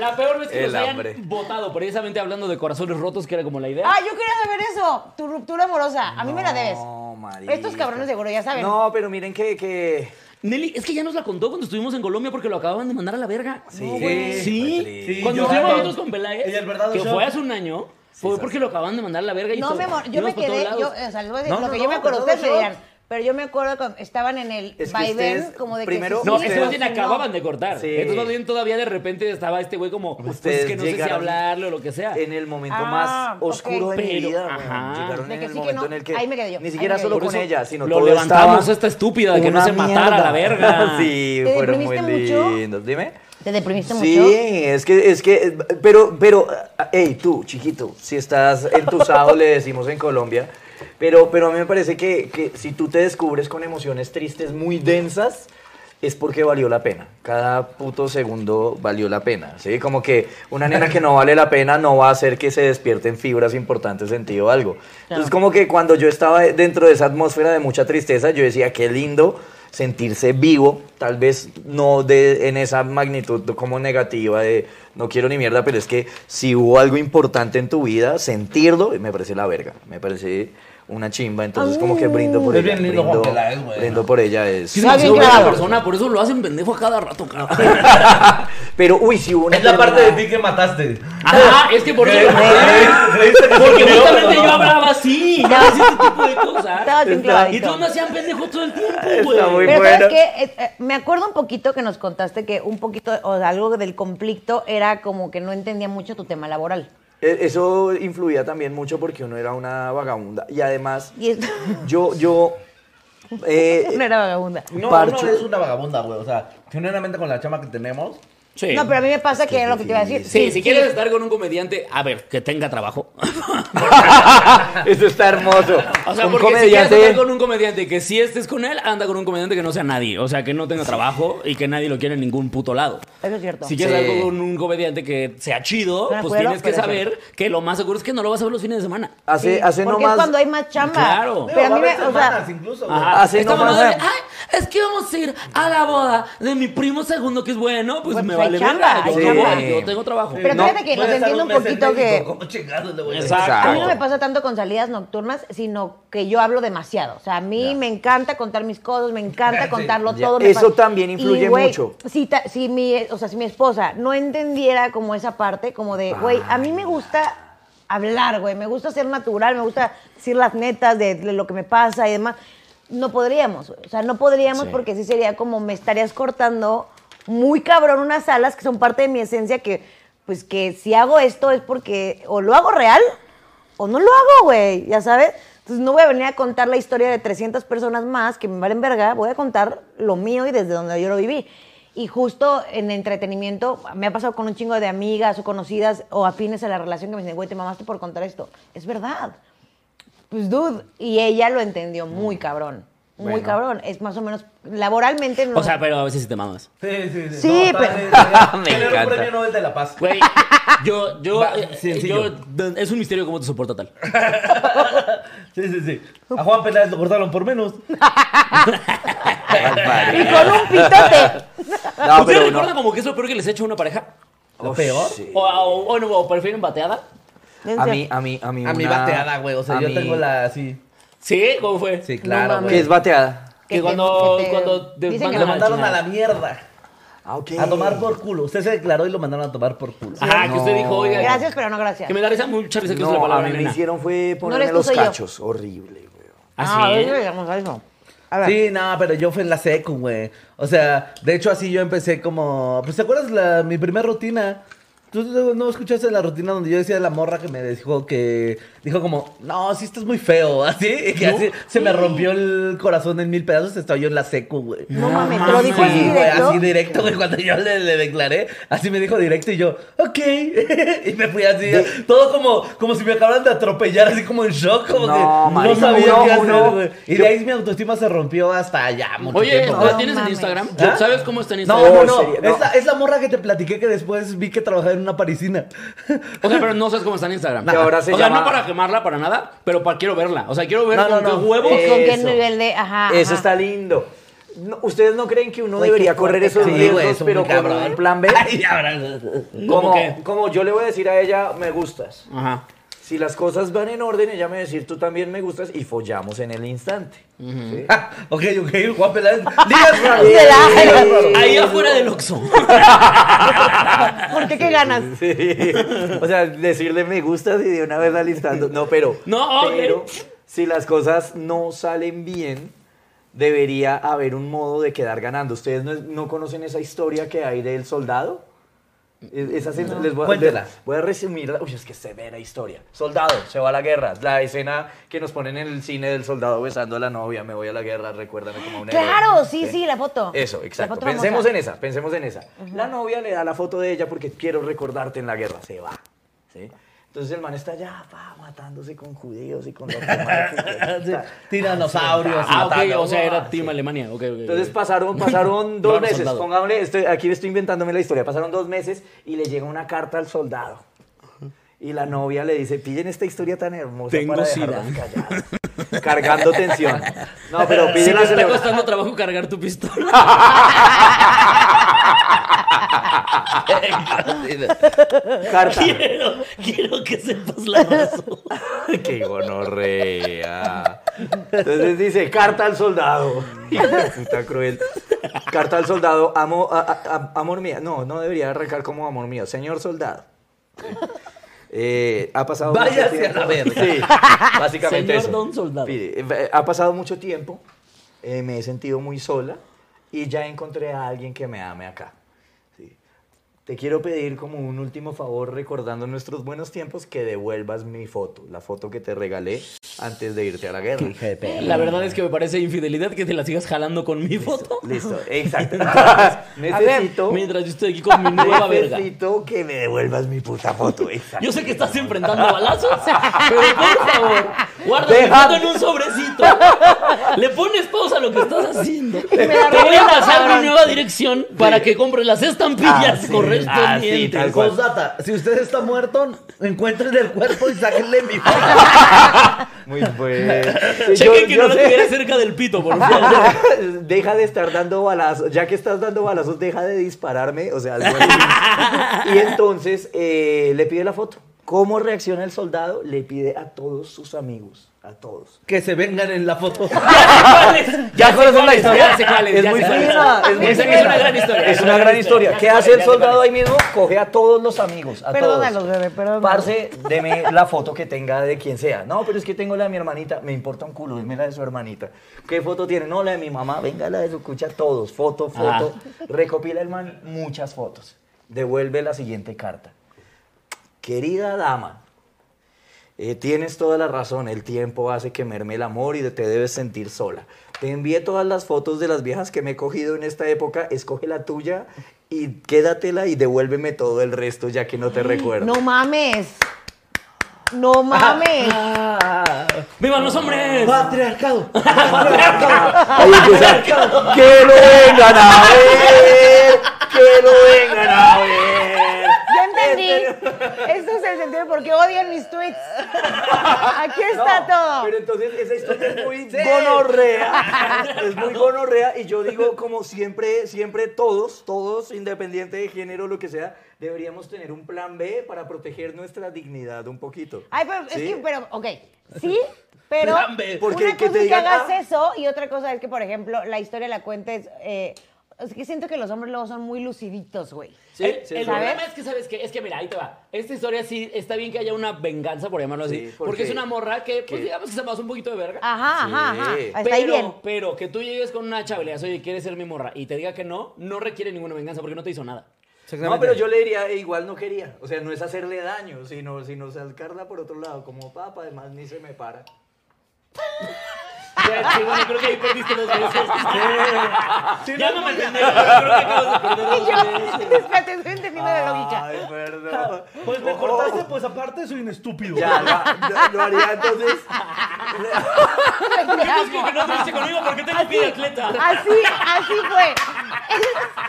la peor vez que El nos hayan hambre. votado, precisamente hablando de corazones rotos, que era como la idea. Ah, yo quería saber eso. Tu ruptura amorosa. A mí me la debes. No, marica. Estos cabrones seguro ya saben. No, pero miren que, que... Nelly, es que ya nos la contó cuando estuvimos en Colombia porque lo acababan de mandar a la verga. Sí, No, fue güey. Sí. triste. Cuando yo- estuvimos nosotros con Peláez, Y el verdadero que show. fue hace un año, fue porque lo acababan de mandar a la verga. Y No, todo- mi amor, yo íbamos me por todos quedé, lados. yo, eh, o sea, les voy a decir No, lo no, que no, yo me acuerdo, pero ustedes me no, dirán, pero yo me acuerdo cuando estaban en el Es que vaivén, ustedes como de primero- que sí, No, sí, Ustedes- estos más bien no. acababan de cortar. Sí. Entonces, más bien todavía de repente estaba este güey como, pues Ustedes es que no sé si llegaron- hablarle o lo que sea. En el momento Ah, más ok. oscuro de mi Pero, vida, güey. ajá. llegaron De en que el sí, que momento no. en el que Ahí me quedé yo, ni ahí siquiera me quedé solo yo. Por con eso ella, sino lo todo levantamos estaba a esta estúpida de que no una se matara a la mierda. verga. [laughs] sí, ¿Te fueron muy deprimiste Eh, mucho? lindos. Dime. ¿Te deprimiste Sí, mucho? es que, es que, eh, pero, pero, eh, hey, tú, chiquito, si estás entusado, le decimos en Colombia, pero, pero a mí me parece que, que si tú te descubres con emociones tristes muy densas, es porque valió la pena. Cada puto segundo valió la pena, ¿sí? Como que una nena que no vale la pena no va a hacer que se despierten fibras importantes en ti o algo. Entonces, como que cuando yo estaba dentro de esa atmósfera de mucha tristeza, yo decía, qué lindo sentirse vivo, tal vez no de, en esa magnitud como negativa de no quiero ni mierda, pero es que si hubo algo importante en tu vida, sentirlo, me parece la verga, me parece una chimba, entonces como que brindo por Es ella. bien lindo brindo, Juan Peláez, güey. brindo por ella, es... Es una bien buena clavado. persona, por eso lo hacen pendejo a cada rato, cabrón. [laughs] Pero, uy, si hubo una... Es la parte de ti que [laughs] mataste. Ajá, es que por eso. Porque justamente yo hablaba [laughs] así, yo hacía ese tipo de Estabas bien cosas. clavadito. Y todos me hacían pendejo todo el tiempo, Está muy güey. Pero bueno. sabes que me acuerdo un poquito que nos contaste que un poquito o de algo del conflicto era como que no entendía mucho tu tema laboral. E- Eso influía también mucho porque uno era una vagabunda. Y además, Y es- yo, yo... eh, [laughs] no era vagabunda. No, Parcho. no es una vagabunda, güey. O sea, genuinamente con la chama que tenemos. Sí. No, pero a mí me pasa que era lo que te iba a decir. Sí, si quieres estar con un comediante, a ver, que tenga trabajo. Eso está hermoso. O sea, un porque si quieres comediante. andar con un comediante que si estés con él, anda con un comediante que no sea nadie. O sea, que no tenga trabajo y que nadie lo quiera en ningún puto lado. Eso es cierto. Si quieres Sí. algo con un comediante que sea chido, Me pues acuerdo, tienes que pero- saber que lo más seguro es que no lo vas a ver los fines de semana. Hace, Sí, hace no porque más. es cuando hay más chamba. Claro. Pero a Va mí haber me, o sea, semanas incluso, güey. Ajá. Hace Esta no más- mamada de, "Ay, es que vamos a ir a la boda de mi primo segundo que es bueno, pues, Pues, me hay vale chamba, verga, yo, hay no chamba. voy, yo tengo trabajo. pero No, fíjate que los Puede estar un entiendo un mes en poquito que... México, ¿Cómo chingados le voy a decir? Exacto. A mí no me pasa tanto con salidas nocturnas, sino que yo hablo demasiado. O sea, a mí me encanta contar mis cosas, me encanta Sí, contarlo ya. todo. me Eso pasa- también influye güey, mucho. Si, ta- si mi, o sea, si mi esposa no entendiera como esa parte, como de, güey, a mí me gusta hablar, güey, me gusta ser natural, me gusta decir las netas de, de lo que me pasa y demás. No podríamos, güey. o sea, no podríamos porque sí sería como me estarías cortando muy cabrón unas alas que son parte de mi esencia que, pues que si hago esto es porque o lo hago real o no lo hago, güey, ya sabes. Entonces no voy a venir a contar la historia de 300 personas más que me valen verga, voy a contar lo mío y desde donde yo lo viví. Y justo en entretenimiento me ha pasado con un chingo de amigas o conocidas o afines a la relación que me dicen, güey, te mamaste por contar esto. Es verdad. Pues dude, y ella lo Mm. entendió muy cabrón. Muy cabrón, es más o menos laboralmente no. O sea, pero a veces sí te mamas. Sí, sí, sí. Sí, No, pero- está bien, está bien. Me Tener un encanta. premio Nobel de la Paz. [laughs] Güey, yo, yo, Va, eh, sencillo. yo- d- es un misterio cómo te soporta tal. Sí, sí, sí. A Juan Peláez lo cortaron por menos. [laughs] y con un pitote. ¿Ustedes No, pero no. recuerdan como que es lo peor que les he hecho a una pareja? Oh, ¿Lo peor? O, o- o no, o prefieren bateada. A mí, a mí, a mí. A mi una- bateada, güey. O sea, a yo mí- tengo la así. ¿Sí? ¿Cómo fue? Sí, No claro, mames. güey. ¿Qué es bateada? Que cuando- cuando te dicen que Lo mandan la mandaron chingada. a la mierda. Ah, ok. A tomar por culo. Usted se declaró y lo mandaron a tomar por culo. Ajá, que usted dijo, oiga. Gracias, pero no gracias. Que me da risa mucha risa que usa la No, a palabra mí me nena. hicieron fue No ponerme eres tú, los soy yo. cachos. Horrible, güey. Ah, Así. ¿eh? ahorita llegamos a eso. A ver. Sí, no, pero yo fui en la secu, güey. O sea, de hecho así yo empecé como... Pues, ¿te acuerdas la, mi primera rutina? ¿Tú no- no escuchaste la rutina donde yo decía la morra que me dijo que... Dijo como, no, sí estás muy feo, [laughs] así. Y que así se me rompió el corazón en mil pedazos, estaba yo en la secu, güey. No mames, te lo dijo Sí, así güey, directo. así directo, güey, cuando yo le, le declaré, así me dijo directo y yo, ok, [laughs] y me fui así, todo como, como si me acabaran de atropellar, así como en shock, como No, que marica, no sabía uno, qué uno. hacer, güey. Y de ahí mi autoestima se rompió hasta allá, mucho Oye, tiempo. ¿la güey. no tienes en mames. Instagram? ¿Ah? ¿Sabes cómo está en No, Instagram? no, No, no, sería- no. Es, la, es la morra que te platiqué que después vi que trabajaba en una [laughs] parisina. O sea, pero no sabes cómo está en Instagram. Que ahora se o sea, llama- no para quemarla para nada, pero para, quiero verla. O sea, quiero ver No, con no, qué no. huevo. ¿Con qué Eso. nivel de.? Ajá. Eso ajá. está lindo. No, ¿Ustedes no creen que uno Güey, qué debería correr fuerte, esos Sí, riesgos, güey, eso pero muy con cabrón. un plan B? Ay, ahora- ¿Cómo Como, qué? como yo le voy a decir a ella, me gustas. Ajá. Si las cosas van en orden, ella me va a decir, tú también me gustas, y follamos en el instante. ¿sí? [laughs] ok, ok, Juan Peláez. [laughs] Ligas raras. Se la- Ligas raras. Ahí afuera del Oxxo. ¿Por qué qué ganas? [laughs] Sí. O sea, decirle me gustas y de una vez alistando. No, pero. No, hombre. pero si las cosas no salen bien, debería haber un modo de quedar ganando. ¿Ustedes no, no conocen esa historia que hay del soldado? Es- Esa sen- les voy, a- Cuéntela. les voy a resumirla. Uy, es que es severa historia. Soldado, se va a la guerra. La escena que nos ponen en el cine del soldado besando a la novia. Me voy a la guerra, recuérdame como un héroe. Claro, sí, sí, la foto. Eso, La exacto. foto Pensemos famosa. en esa, pensemos en esa. La novia le da la foto de ella porque quiero recordarte en la guerra. Se va. ¿sí? Entonces el man está allá, va, matándose con judíos y con los romanos. [laughs] Sí, Está- Tiranosaurios. Ah, ok, matando. [laughs] o sea, [laughs] era Team Alemania. ok, ok, ok. entonces pasaron, pasaron dos No, no, meses. soldado. Pongámosle, estoy, aquí estoy inventándome la historia. Pasaron dos meses y le llega una carta al soldado. Y la novia le dice, pillen esta historia tan hermosa Tengo para sida. dejarlos callados. cargando tensión. No, pero pide Si la te está celebración. costando trabajo cargar tu pistola. [laughs] Carta. Quiero, quiero que sepas la razón. ¡Qué gonorrea! Entonces dice, carta al soldado. Hijo de puta cruel. Carta al soldado, amo, a- a- a- amor mío. No, no debería arrancar como amor mío. Señor soldado. Eh, ha pasado Váyase mucho tiempo. a la verga. [laughs] Sí, básicamente Señor eso. don soldado. Pide, eh, ha pasado mucho tiempo, eh, me he sentido muy sola y ya encontré a alguien que me ame acá. Sí. Te quiero pedir como un último favor, recordando nuestros buenos tiempos, que devuelvas mi foto, la foto que te regalé antes de irte a la guerra. Hija de perra. La verdad es que me parece infidelidad que te la sigas jalando con mi foto. [laughs] Listo, exacto. A necesito, ver, Mientras yo estoy aquí con mi [laughs] nueva verga. necesito que me devuelvas mi puta foto. Exacto. Yo sé que estás enfrentando balazos, pero por favor, guarda mi Deja- foto en un sobrecito. Le pones pausa a lo que estás haciendo. Te me la voy a regalas, pasar cabrón. mi nueva dirección para que compres las Ah, estampillas Ah, sí, Ah, así, correspondientes. tal cual. Postdata, si usted está muerto, encuentren el cuerpo y sáquenle mi [laughs] foto. Muy bueno. [laughs] Sí, Chequen yo- que yo no la sé. tuviera cerca del pito, por favor. [laughs] deja de estar dando balazos. Ya que estás dando balazos, deja de dispararme. O sea, [laughs] al güey. y entonces eh, le pide la foto. ¿Cómo reacciona el soldado? Le pide a todos sus amigos, a todos. Que se vengan en la foto. Ya conocen la historia. Ya sé cuál es. Es ya muy sé cuál fina, es muy Esa fina. Es una gran historia. Es una gran historia. ¿Qué hace el Ya sé cuál soldado es. ahí mismo? Coge a todos los amigos. A Perdónalos, todos. bebé, perdónalos. Parce, deme la foto que tenga de quien sea. No, pero es que tengo la de mi hermanita. Me importa un culo, deme la de su hermanita. ¿Qué foto tiene? No, la de mi mamá. Venga, la de su cucha, todos. Foto, foto. Recopila el man muchas fotos. Devuelve la siguiente carta. Querida dama, eh, tienes toda la razón, el tiempo hace que merme el amor y te debes sentir sola. Te envié todas las fotos de las viejas que me he cogido en esta época, escoge la tuya y quédatela y devuélveme todo el resto ya que no te recuerdo. No mames. Ah. No mames. [laughs] ¡Vivan los hombres! Patriarcado. Ahí empieza, que lo vengan a ver, que lo vengan a ver. Ya entendí. Este es el sentido de por qué odian mis [laughs] tweets. Aquí está No, todo. Pero entonces esa historia es muy gonorrea. Es muy gonorrea. Y yo digo, como siempre, siempre todos, todos, independiente de género, lo que sea, deberíamos tener un plan B para proteger nuestra dignidad un poquito. Ay, pero es ¿Sí? que, pero, ok. Sí, pero Plan B. Porque una que cosa te es que digan, hagas ah. eso y otra cosa es que, por ejemplo, la historia la cuentes. Eh, es que siento que los hombres luego son muy luciditos, güey. Sí, el sí, el sí. problema es que, ¿sabes qué? Es que, mira, ahí te va. Esta historia sí está bien que haya una venganza, por llamarlo así. Sí, porque, porque- es una morra que, pues, que- digamos que se pasó un poquito de verga. Ajá, ajá, Sí. ajá. Ah, Está ahí bien. [laughs] Pero, pero que tú llegues con una chava y le digas, oye, ¿quieres ser mi morra? Y te diga que no, no requiere ninguna venganza porque no te hizo nada. No, pero yo le diría, "Eh, igual no quería. O sea, no es hacerle daño, sino, sino sacarla por otro lado, como papa, además ni se me para. Sí, bueno, creo que ahí perdiste dos [laughs] veces. ya no, me entendieron, pero creo que acabas de perder Y [laughs] dos veces. yo, espérate, estoy entendiendo la lógica. Ay, perdón. Pues Oh, me cortaste, pues aparte soy un estúpido. Ya, lo, lo haría entonces. ¿Por qué tú es que no te hiciste conmigo? ¿Por qué te lo pide atleta? Ah. Así, así fue.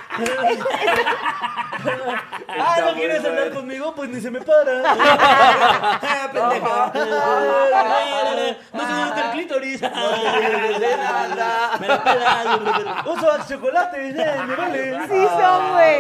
Ah, Está ¿no muy quieres bueno. hablar conmigo? Pues ni se me [laughs] para. Ah, No se me gusta el clítoris. Uso Axe chocolate, eh, me vale. Sí son, güey.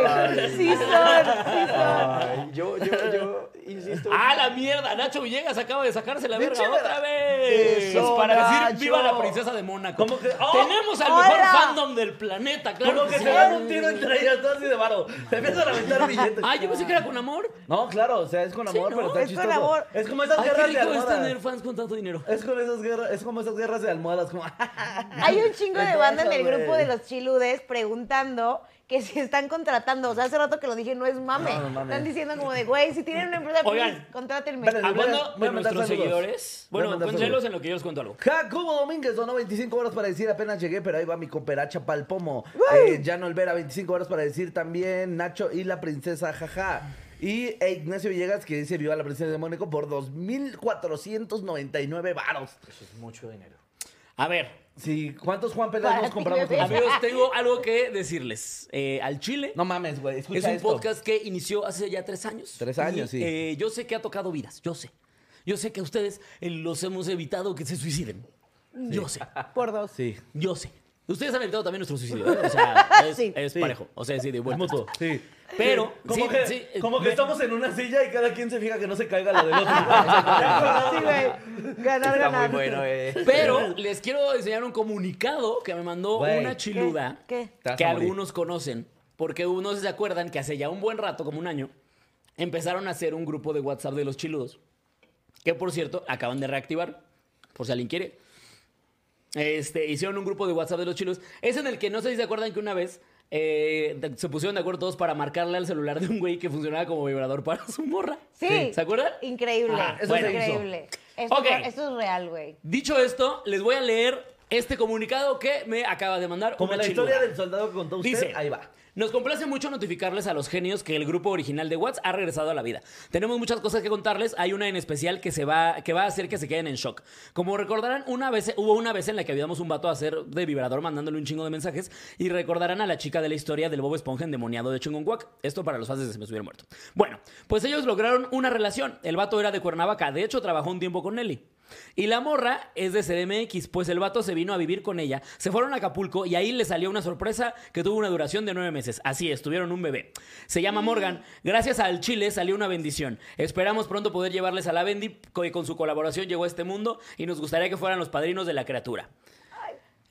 Sí son, sí son. Ay, yo, yo, yo, insisto. ¡Ah, la mierda! Nacho Villegas acaba de sacarse la verga Échamela. otra vez. Eso, para decir Nacho. viva la princesa de Mónaco. ¿Cómo que- ¡Oh! Tenemos al mejor ¡Hola! fandom del planeta, claro. Como que sí. se dan un tiro entre ellas dos así de varo. Se empiezan a aventar billetes. Ah, yo pensé que era con amor. No, claro, o sea, es con amor, ¿no? pero está Es con chistoso. amor. Es como esas Ay, qué guerras de rico es tener almohadas. fans con tanto dinero. Es, con esas guerras, es como esas guerras de almohadas, como... [laughs] Hay un chingo de Entonces, banda en el güey. grupo de los chiludes preguntando que si están contratando. O sea, hace rato que lo dije, no es mame. No, no mames. Están diciendo como de, güey, si tienen una empresa, Oigan. please, contrátenme. Espérense, voy a- Hablando voy a mandar de nuestros saludos. seguidores, Voy a bueno, mandar conchelos saludos. en lo que yo les cuento algo. Jacobo Domínguez donó 25 horas para decir apenas llegué, pero ahí va mi cooperacha Palpomo. Eh, Jan Olvera, 25 horas para decir también Nacho y la princesa, jaja. Y eh, Ignacio Villegas que dice viva la princesa de Mónaco por 2.499 varos. Eso es mucho dinero. A ver, Sí, ¿cuántos Juan Para Pelas nos ti, compramos? bebé. con eso? amigos, tengo algo que decirles. Eh, al Chile No mames, güey, escucha es un esto. podcast que inició hace ya tres años. Tres años, Y, sí. eh, yo sé que ha tocado vidas, yo sé. Yo sé que a ustedes eh, los hemos evitado que se suiciden. Yo sé, Por dos. Ah, Sí. yo sé. Ustedes han evitado también nuestro suicidio, ¿eh? O [laughs] sea, es, Sí. es Sí. parejo. O sea, sí, de Es vuelta. mutuo, sí. Pero, Como sí, que, sí, eh, como que me- estamos en una silla y cada quien se fija que no se caiga la del [laughs] otro. Ah, Ya, Ah, Sí, güey. Ganar, Está muy ganar. bueno, eh. [laughs] Pero les quiero enseñar un comunicado que me mandó Güey. una chiluda ¿Qué? Te vas que a morir. algunos conocen, porque unos se acuerdan que hace ya un buen rato, como un año, empezaron a hacer un grupo de WhatsApp de los chiludos, que por cierto acaban de reactivar, por si alguien quiere. Este, hicieron un grupo de WhatsApp de los chiludos. Es en el que no sé si se acuerdan que una vez eh, de- se pusieron de acuerdo todos para marcarle al celular de un güey que funcionaba como vibrador para su morra. Sí. ¿Se acuerdan? Increíble. Ah, eso se hizo. increíble. Esto, Ok. esto es real, güey. Dicho esto, les voy a leer este comunicado que me acaba de mandar. Como una la chiluda. historia del soldado que contó usted, Dice, ahí va. Nos complace mucho notificarles a los genios que el grupo original de Watts ha regresado a la vida. Tenemos muchas cosas que contarles, hay una en especial que se va que va a hacer que se queden en shock. Como recordarán, una vez hubo una vez en la que habíamos un vato a hacer de vibrador mandándole un chingo de mensajes y recordarán a la chica de la historia del Bob Esponja endemoniado de Chingonguac. Esto para los fans de se me hubiera muerto. Bueno, pues ellos lograron una relación. El vato era de Cuernavaca, de hecho trabajó un tiempo con Nelly. Y la morra es de CDMX, pues el vato se vino a vivir con ella. Se fueron a Acapulco y ahí le salió una sorpresa que tuvo una duración de nueve meses. Así es, tuvieron un bebé. Se llama Mm. Morgan. Gracias al Chile salió una bendición. Esperamos pronto poder llevarles a la Bendy, que con su colaboración llegó a este mundo y nos gustaría que fueran los padrinos de la criatura.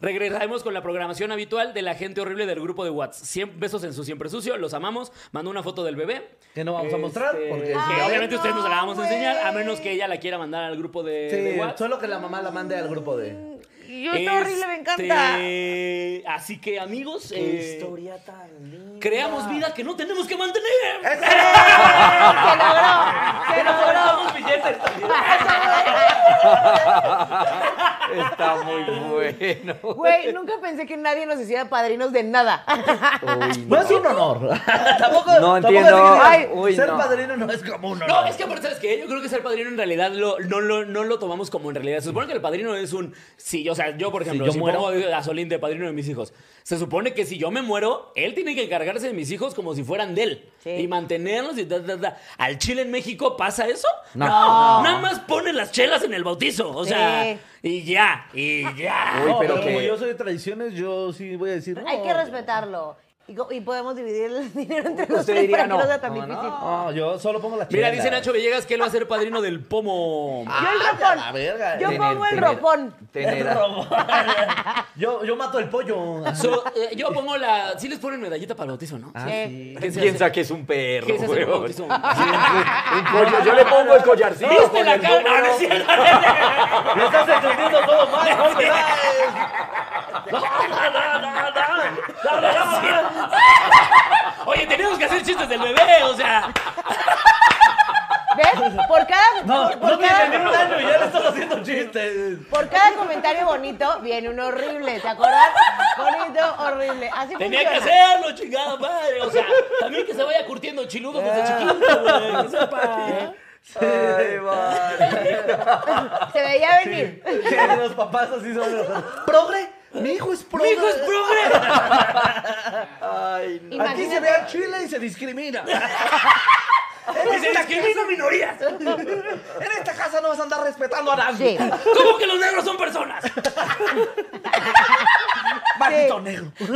Regresaremos con la programación habitual de la gente horrible del grupo de Watts. 100 besos en su siempre sucio, los amamos. Mandó una foto del bebé. Que no vamos a mostrar este, porque... Que Ay, obviamente no, ustedes nos la vamos a güey. enseñar, a menos que ella la quiera mandar al grupo de, de Sí, Watts. solo que la mamá la mande al grupo de... Yo está horrible, [laughs] me encanta. Este, Así que, amigos, eh, tan linda. creamos vida que no tenemos que mantener. Se logró. Se logró. Está muy bueno. Güey, nunca pensé que nadie nos hiciera padrinos de [laughs] nada. Uy, No es un honor. [laughs] tampoco, No tampoco entiendo. es que digan, Ay, uy, ser no. padrino no es como un honor. No, es que aparte, ¿sabes qué? Yo creo que ser padrino en realidad lo- no, lo, no lo tomamos como en realidad. Se supone que el padrino es un... Si, o sea, yo, por ejemplo, yo si muero. pongo a Solín de padrino de mis hijos, se supone que si yo me muero, él tiene que encargarse de mis hijos como si fueran de él. Sí. Y mantenerlos y ta, ta, ta. ¿Al Chile en México pasa eso? No. Nada más ponen las chelas en el bautizo. O Sí. Ah, sea, y ya, y ya. Uy, No, pero pero como que- yo soy de tradiciones, yo sí voy a decir... Hay no. que respetarlo. Y, co- y podemos dividir el [laughs] dinero entre los Usted tres diría para que no. no sea tan No, difícil. No, yo solo pongo la Mira, chela. dice Nacho Villegas que él va a ser padrino del pomo. Yo el Ah, ropón. la verga. Yo [laughs] Tener- pongo el ropón. Tener a- Yo, yo mato el pollo. So, eh, yo pongo la. Sí les ponen medallita para el bautizo, ¿no? Ah, Eh, sí. ¿Qué se Piensa hace? que es un perro, ¿Qué se hace en el weón. bautizo? un collar. Yo le pongo el collarcito. ¿Viste con la el cara? No, no es número. cierto. Me estás entendiendo todo mal, no me da- Oye, tenemos que hacer chistes del bebé, o sea. ¿Ves? Por cada, No, por, por no me cada- entendí un año y ya le estás haciendo chistes. por cada comentario bonito viene un horrible, ¿te acuerdas? Bonito, horrible. Así Tenía que funciona. hacerlo, chingada madre. O sea, también que se vaya curtiendo chiludo desde chiquito, güey. que sepa. Ay, vale. Se veía venir. Que los papás así son los- ¿Progre? Mi hijo es ¡Mi progre. hijo es progre! Ay, no. Aquí se ve al chile y se discrimina. Y se discrimina minorías. En esta casa no vas a andar respetando a nadie. Sí. ¿Cómo que los negros son personas? Maldito negro. [laughs]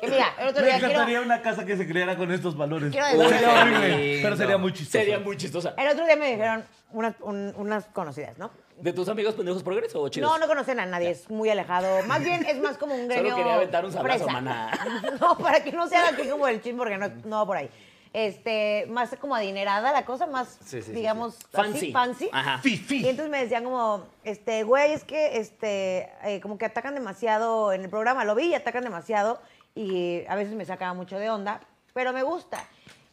Que Mira, el otro Me día quiero, encantaría una casa que se creara con estos valores. quiero decir- Sería horrible, pero sería muy chistoso. Sería muy chistosa. El otro día me dijeron unas, un- unas conocidas, ¿no? ¿De tus amigos pendejos progreso o chidos? No, no conocen a nadie, es muy alejado. Más bien es más como un [laughs] gremio. Solo quería aventar un sablazo, fresa. maná. [laughs] No, para que no se haga aquí como el chisme, porque no, no va por ahí. Este, más como adinerada la cosa, más, Sí, sí, sí, digamos, Fancy. así, fancy. Ajá. Y entonces me decían como, este, güey, es que, este, eh, como que atacan demasiado en el programa, lo vi y atacan demasiado y a veces me sacaba mucho de onda, pero me gusta.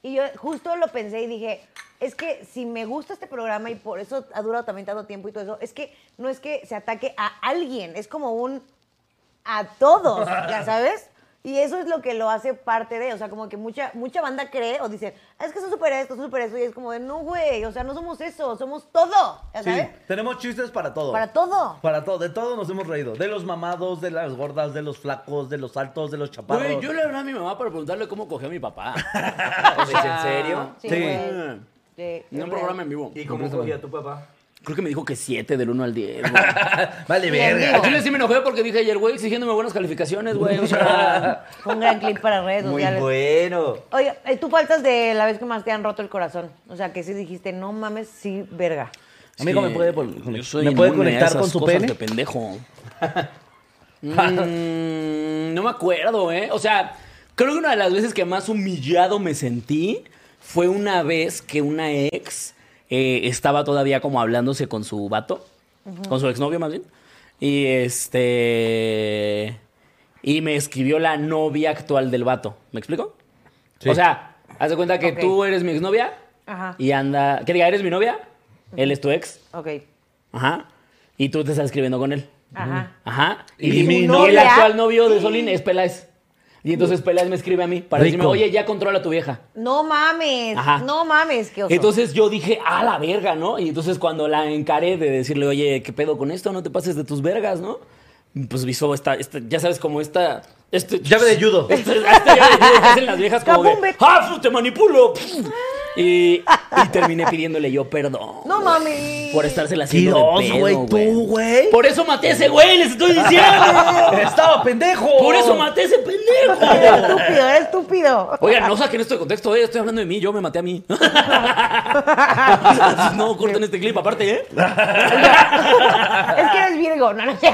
Y yo justo lo pensé y dije, es que si me gusta este programa y por eso ha durado también tanto tiempo y todo eso, es que no es que se ataque a alguien, es como un a todos, ya sabes. Y eso es lo que lo hace parte de, o sea, como que mucha mucha banda cree o dice, "Ah, es que son súper esto, son súper eso, y es como de, no, güey, o sea, no somos eso, somos todo, ya Sí, sabes. tenemos chistes para todo. Para todo. Para todo, de todo nos hemos reído. De los mamados, de las gordas, de los flacos, de los altos, de los chaparros. Güey, [laughs] yo le hablaba a mi mamá para preguntarle cómo cogió a mi [laughs] papá. ¿Es en serio? Sí. Sí. güey. En Sí, un es Mm. programa real. en vivo. ¿Y cómo cogía tu papá? creo que me dijo que 7 del 1 al 10, [laughs] Vale, Bien, verga. digo. Al chile sí me enojé porque dije ayer, güey, exigiéndome buenas calificaciones, güey. O [laughs] sea, Fue un gran clip para redes Muy sociales. bueno. Oye, eh, tú faltas de la vez que más te han roto el corazón. O sea, que sí dijiste, no mames, sí, verga. Amigo, sí, ¿me puede, yo soy ¿me puede inmune a conectar esas con su cosas pene? de pendejo. [laughs] Mm, no me acuerdo, ¿eh? O sea, creo que una de las veces que más humillado me sentí fue una vez que una ex eh, estaba todavía como hablándose con su vato, con su exnovio más bien. Y este. Y me escribió la novia actual del vato. ¿Me explico? O sea, haz de cuenta que Ok. tú eres mi exnovia Ajá. y anda. Que diga, eres mi novia, él es tu ex. Ok. Ajá. Y tú te estás escribiendo con él. Ajá. Ajá. Y Y, mi y el novia. actual novio de Solín es Peláez. Y entonces Peláez me escribe a mí para Rico. decirme, oye, ya controla a tu vieja. No mames. Ajá. No mames, qué oso. Entonces yo dije, a la verga, ¿no? Y entonces cuando la encaré de decirle, oye, ¿qué pedo con esto? No te pases de tus vergas, ¿no? Pues visó esta, esta- ya sabes, como esta... Este, Llave de judo. [laughs] [laughs] Este- esta llave de judo que hacen las viejas como de, Kabumbe. ¡Ah, te manipulo! Y, y terminé pidiéndole yo perdón. No güey, mames. Por estársela Sí, haciendo dos, de pedo, güey, tú, güey. [laughs] Por eso maté a ese güey, les estoy diciendo. Estaba pendejo. Por eso maté a ese Era pendejo. [laughs] estúpido, era estúpido. [laughs] Oigan, no saquen esto de contexto, eh, estoy hablando de mí, yo me maté a mí. [laughs] no corten este clip, aparte, ¿eh? Es que eres Virgo, no, no sé.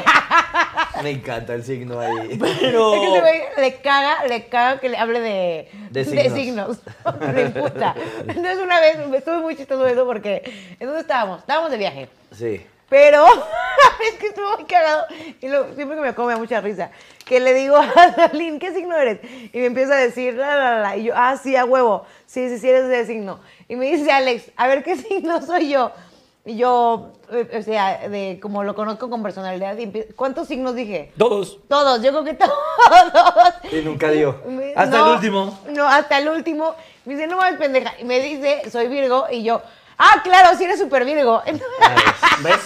Me encanta el signo ahí. Pero. Es que ese güey le caga, le caga que le hable de, De signos. signos. [laughs] Le imputa. Entonces una vez me estuve muy chistoso eso porque ¿en dónde estábamos? Estábamos de viaje. Sí. Pero [laughs] es que estuvo muy cagado y lo- siempre que me come mucha risa. Que le digo a Dalín, ¿qué signo eres? Y me empieza a decir, la, la, la. Y yo, ah, sí, a huevo. Sí, sí, sí, eres de signo. Y me dice Alex, a ver, ¿qué [laughs] signo soy yo? Y yo, eh, o sea, de, como lo conozco con personalidad, y empie- ¿cuántos signos dije? Todos. Todos, yo creo que [laughs] todos. Y nunca dio. Me- Hasta el último. No, hasta el último. Me dice, no mames, pendeja. Y me dice, soy Virgo. Y yo, ah, claro, sí eres super Virgo. [laughs] ¿Ves?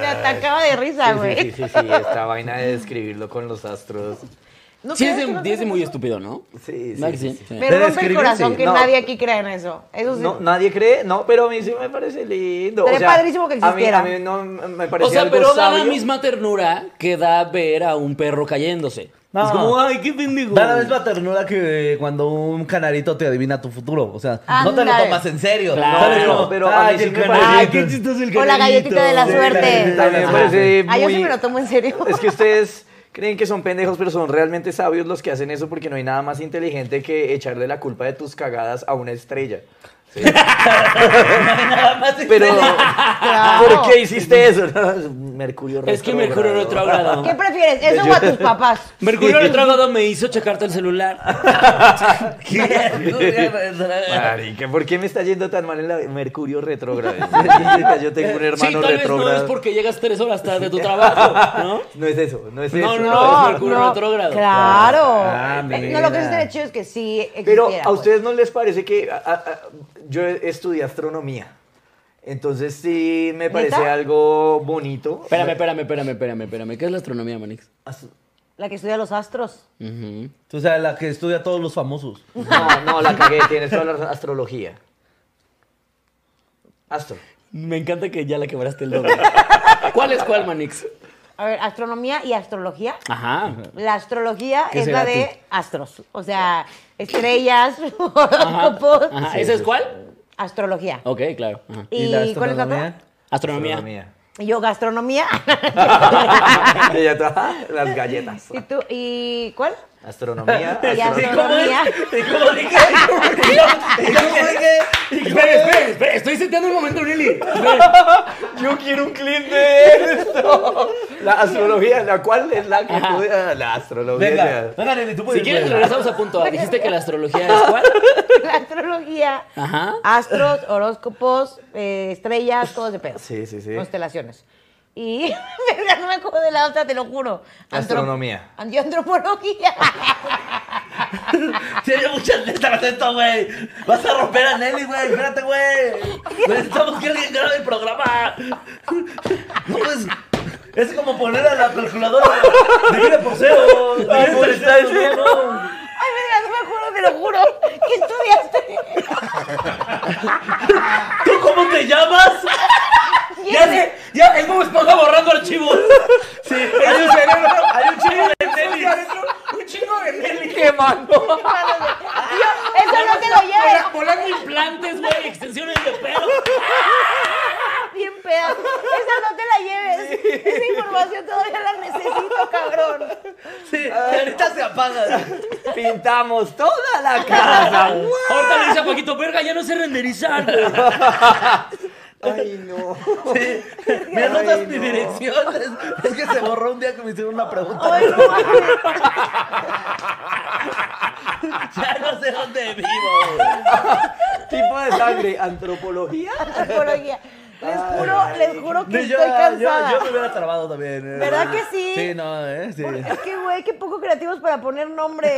me atacaba de risa, Sí, güey. sí, sí, sí, sí, esta vaina de describirlo con los astros. No sí, es crees que de, no sí es de sé muy eso? estúpido, ¿no? Sí, sí, ¿Verdad que sí, sí? Me De Sí. rompe el describir, corazón sí. que No. nadie aquí crea en eso. Eso sí. No, nadie cree, no, pero a mí sí me parece lindo. Sería o sea, padrísimo que a mí- existiera. A mí, no me parece O sea, algo pero da la sabio. [laughs] misma ternura que da ver a un perro cayéndose. No. Es como, ay, qué pendejo. Da la misma ternura que eh, cuando un canarito te adivina tu futuro. O sea, no te lo Ándale. tomas en serio. Claro. ¿Sabes? Pero- Como, pero a ay, mí sí el me parece- canarito. Ay, qué chistoso el O la galletita de la Sí, suerte. galletita de la También me suerte. parece muy... Ah, yo sí me lo tomo en serio. [laughs] Es que ustedes creen que son pendejos, pero son realmente sabios los que hacen eso porque no hay nada más inteligente que echarle la culpa de tus cagadas a una [laughs] estrella. Sí. pero, Claro. ¿por qué hiciste eso? [laughs] Mercurio Es que Mercurio retrogrado. ¿Qué prefieres? ¿Eso o a tus papás? Mercurio retrogrado me hizo checarte el [laughs] celular. [laughs] Marica, ¿por qué me está yendo tan mal en la [laughs] Mercurio retrógrado? Neta, Yo tengo un Sí, tal hermano vez no es retrógrado. porque llegas tres horas tarde de tu trabajo, [laughs] ¿no? No es eso, [laughs] no es No, eso. no, es Mercurio retrógrado. Claro. Ah, Eh, mira. no, lo que sí estaría chido es que sí existiera. Pero a pues. ustedes no les parece que a- a- a- yo estudié astronomía. Entonces sí me parece ¿Neta? algo bonito. Espérame, espérame, espérame, espérame, espérame. ¿Qué es la astronomía, Manix? As- La que estudia los astros. Ujú. O sea, la que estudia a todos los famosos. No, no, la cagué, tienes toda la razón. Astrología. Astro. Me encanta que ya la quebraste el doble. [laughs] ¿Cuál es cuál, Manix? A ver, astronomía y astrología. Ajá. La astrología ¿Qué es será la de astros. O sea, estrellas, [laughs] horóscopos. Ajá. ¿Esa es cuál? Astrología. Ok, claro. Ajá. ¿Y, la cuál es la otra? astronomía? [laughs] Astronomía. [laughs] Y Yo, gastronomía. [laughs] [laughs] Y ella toda, "Ah, las galletas. ¿Y tú? ¿Y cuál? Astronomía. [laughs] Y astrología. astronomía. [laughs] Espera, espera, espera. Estoy seteando un momento, Lili. Yo quiero un clip de esto. La astrología, la cual es la que estudia la astrología. Venga, venga, Nelly, tú puedes. Si quieres, güey. regresamos a [laughs] punto A. Dijiste que la astrología es cuál. La astrología. Ajá. Astros, horóscopos, eh, estrellas, todo de pedo. Sí, sí, sí. Constelaciones. Y [laughs] verga, no me acuerdo de la otra, te lo juro. Antrop- Astronomía. An- y antropología. Sí, hay muchas letras esto, güey. Vas a romper a Nelly, güey. Espérate, güey. Necesitamos que alguien grabe el programa. No, pues. Es como poner a la calculadora. Déjame por cero. Déjame por cero. Ay, verga, no me acuerdo, te lo juro. ¿Qué estudiaste? ¿Qué cómo te llamas? Ya, sé, ya, es como esponja borrando archivos. Sí, hay un cerebro, hay un chingo de Nelly. Un chingo de Nelly. Quemando. Eso no te lo lleves. Volando implantes, [laughs] güey, extensiones de pelo. Bien peda. Esa no te la lleves. Esa información todavía la necesito, cabrón. [laughs] Sí, ahorita se apaga. Pintamos toda la casa. Ahorita le dice a Paquito, verga, ya no sé renderizar, [laughs] güey. Ay, no. Mira, no das Ay, mi no. dirección. Es- Es que se borró un día que me hicieron una pregunta. Ay, no mames. Ya no sé dónde vivo. güey. Tipo de sangre, antropología. Antropología. Les juro, les juro que Ni Yo, estoy yo, cansada. yo me hubiera trabado también. eh. ¿Verdad que sí? Sí, no, eh. Sí. Es que, güey, qué poco creativos para poner nombres.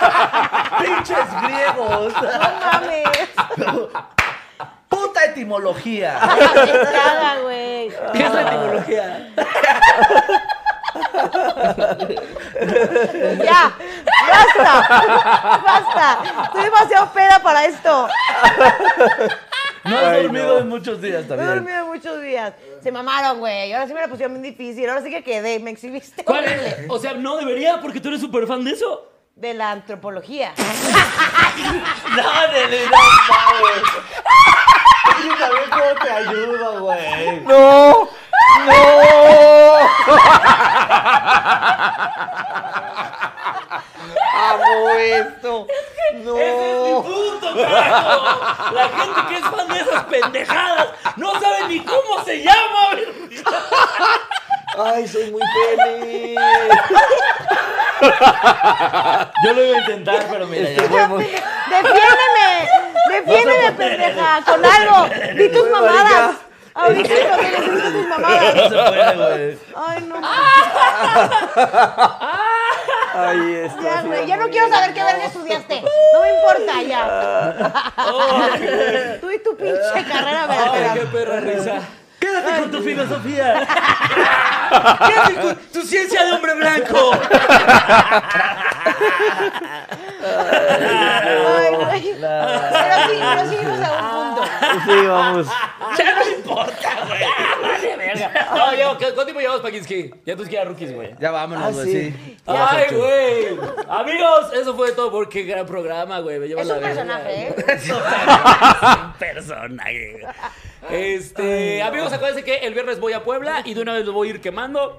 [laughs] Pinches griegos. [laughs] No mames. Puta etimología. Qué cagada, güey. ¿Qué es la etimología? Ya. Basta. Basta. Estoy demasiado peda para esto. No he dormido en muchos días No he también. dormido muchos días. Se mamaron, güey. Ahora sí me la pusieron bien difícil. Ahora sí que quedé. Me exhibiste. ¿Cuál horrible. es? O sea, no debería porque tú eres súper fan de eso. De la antropología. Ah, No, Nelly, no. ver cómo te ayudo, güey. No. No. Amo esto. No. punto, carajo! La gente que es fan de esas pendejadas no sabe ni cómo se llama. güey. Ay, soy muy feliz. Yo lo iba a intentar, pero mira, ya. pues, ¡Defiéndeme! ¡Defiéndeme, pendeja! ¡Con algo! ¡Di tus mamadas! Ahorita es lo que necesito tus No mamadas. se puede, güey. Ay, no. Ay, esto. Ya, güey. Ya no quiero saber qué verga estudiaste. No me importa, ya. Tú y tu pinche carrera Ah. Ay, qué verdadera. perra risa. Quédate con tu filosofía. ¿Qué es tu, tu ciencia de hombre blanco? Ay, güey. Pero sí, pero sí, llegamos a un punto. Ah, Sí, vamos. Ya no importa, güey. Vale, verga. [laughs] No, ya, ¿cu- ¿Cuánto tiempo llevamos, Paquinsky? Ya tú ya rookies, güey. Ya vámonos, güey. Ah, sí. sí. Ay, güey. Amigos, eso fue todo porque gran programa, güey. Me lleva Es la un verga. personaje, ¿eh? Es un personaje. Este, amigos, acuérdense que el viernes voy a Puebla y de una vez lo voy a ir quemando.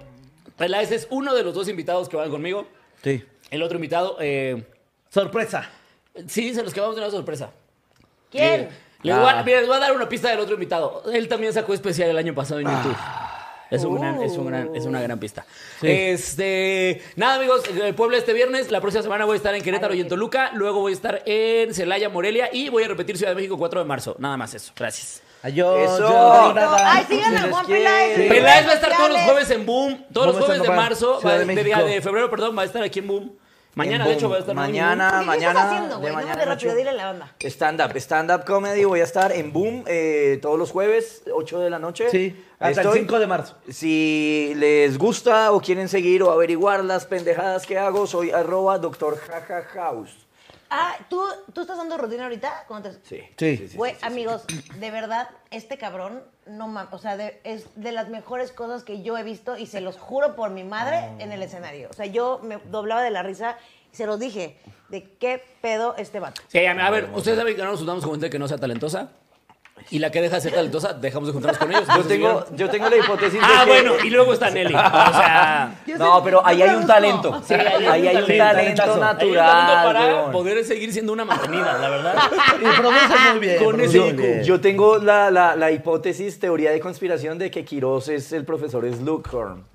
Peláez es uno de los dos invitados que van conmigo. Sí. El otro invitado, eh, Sorpresa. sí, se los quemamos de una sorpresa. ¿Quién? Les voy, a, mira, les voy a dar una pista del otro invitado. Él también sacó especial el año pasado en YouTube. Es, un gran- es, un gran- es una gran pista. Este, nada, amigos, el Puebla este viernes. La próxima semana voy a estar en Querétaro y en Toluca. Luego voy a estar en Celaya, Morelia. Y voy a repetir Ciudad de México 4 de marzo. Nada más eso. Gracias. Adiós. Eso. yo no digo nada. Ay, sigan a Juan Peláez. en Peláez redes va a estar todos los sociales. jueves en Boom. Todos los Vamos a jueves de Zapopan, marzo. Ciudad va- de de, día México. de febrero, perdón, va a estar aquí en Boom. Mañana, de hecho, va a estar muy en Boom. mañana, ¿Qué mañana. estás haciendo, de güey? No mañana me rápido, ocho. dile a la banda. Stand-up, stand-up comedy. Voy a estar en Boom eh, todos los jueves, 8 de la noche. Sí, hasta Estoy- el 5 de marzo. Si les gusta o quieren seguir o averiguar las pendejadas que hago, soy arroba doctor jajajaus. Ah, ¿tú, ¿tú estás dando rutina ahorita? ¿Cuándo te- Sí. Sí. Güey, amigos, de verdad, este cabrón, no mames, o sea, de- es de las mejores cosas que yo he visto y se los juro por mi madre en el escenario. O sea, yo me doblaba de la risa y se los dije, de qué pedo este vato. Sí, a a ver, ustedes saben que no nos juntamos con gente que no sea talentosa. Y la que deja de ser talentosa, dejamos de juntarnos con ellos. Yo tengo, yo tengo la hipótesis de Ah, que- bueno, y luego está Nelly. O sea, [laughs] Yo No, sé- pero ahí yo hay un produzco. talento. Sí, ahí hay un ahí hay un talento. talento hay un talento para natural. weón. poder seguir siendo una mantenida, la verdad. Y produce muy bien. Con produce ese muy IQ. bien. Yo tengo la, la- la hipótesis, teoría de conspiración de que Quirós es el profesor Slughorn.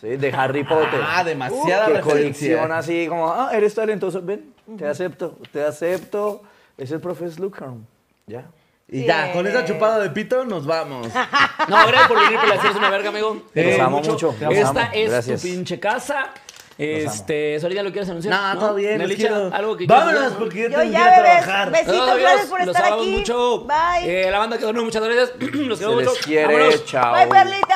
¿sí? De Harry Potter. Ah, demasiada Que referencia. colecciona así como, ah, eres talentoso, ven, te acepto, te acepto. Es el profesor Slughorn. Ya. Y ya, con esa chupada de pito nos [laughs] vamos. No, gracias por venir, por hacerse una verga, amigo. Los Eh, amo mucho, los Esta amo. es Gracias. tu pinche casa. Este, ahorita lo quieres anunciar. No, todo bien, los Nelicha, quiero. algo que quieras Vámonos, anunciar? porque yo Yo tengo que ir ya, a bebés, trabajar. Todos, besitos, amigos, gracias por los estar amamos aquí. mucho. Bye. Eh, la banda que dormimos, muchas gracias. [clears throat] Los Se queremos les mucho. quiere, Vámonos. chao. Bye, Perlita.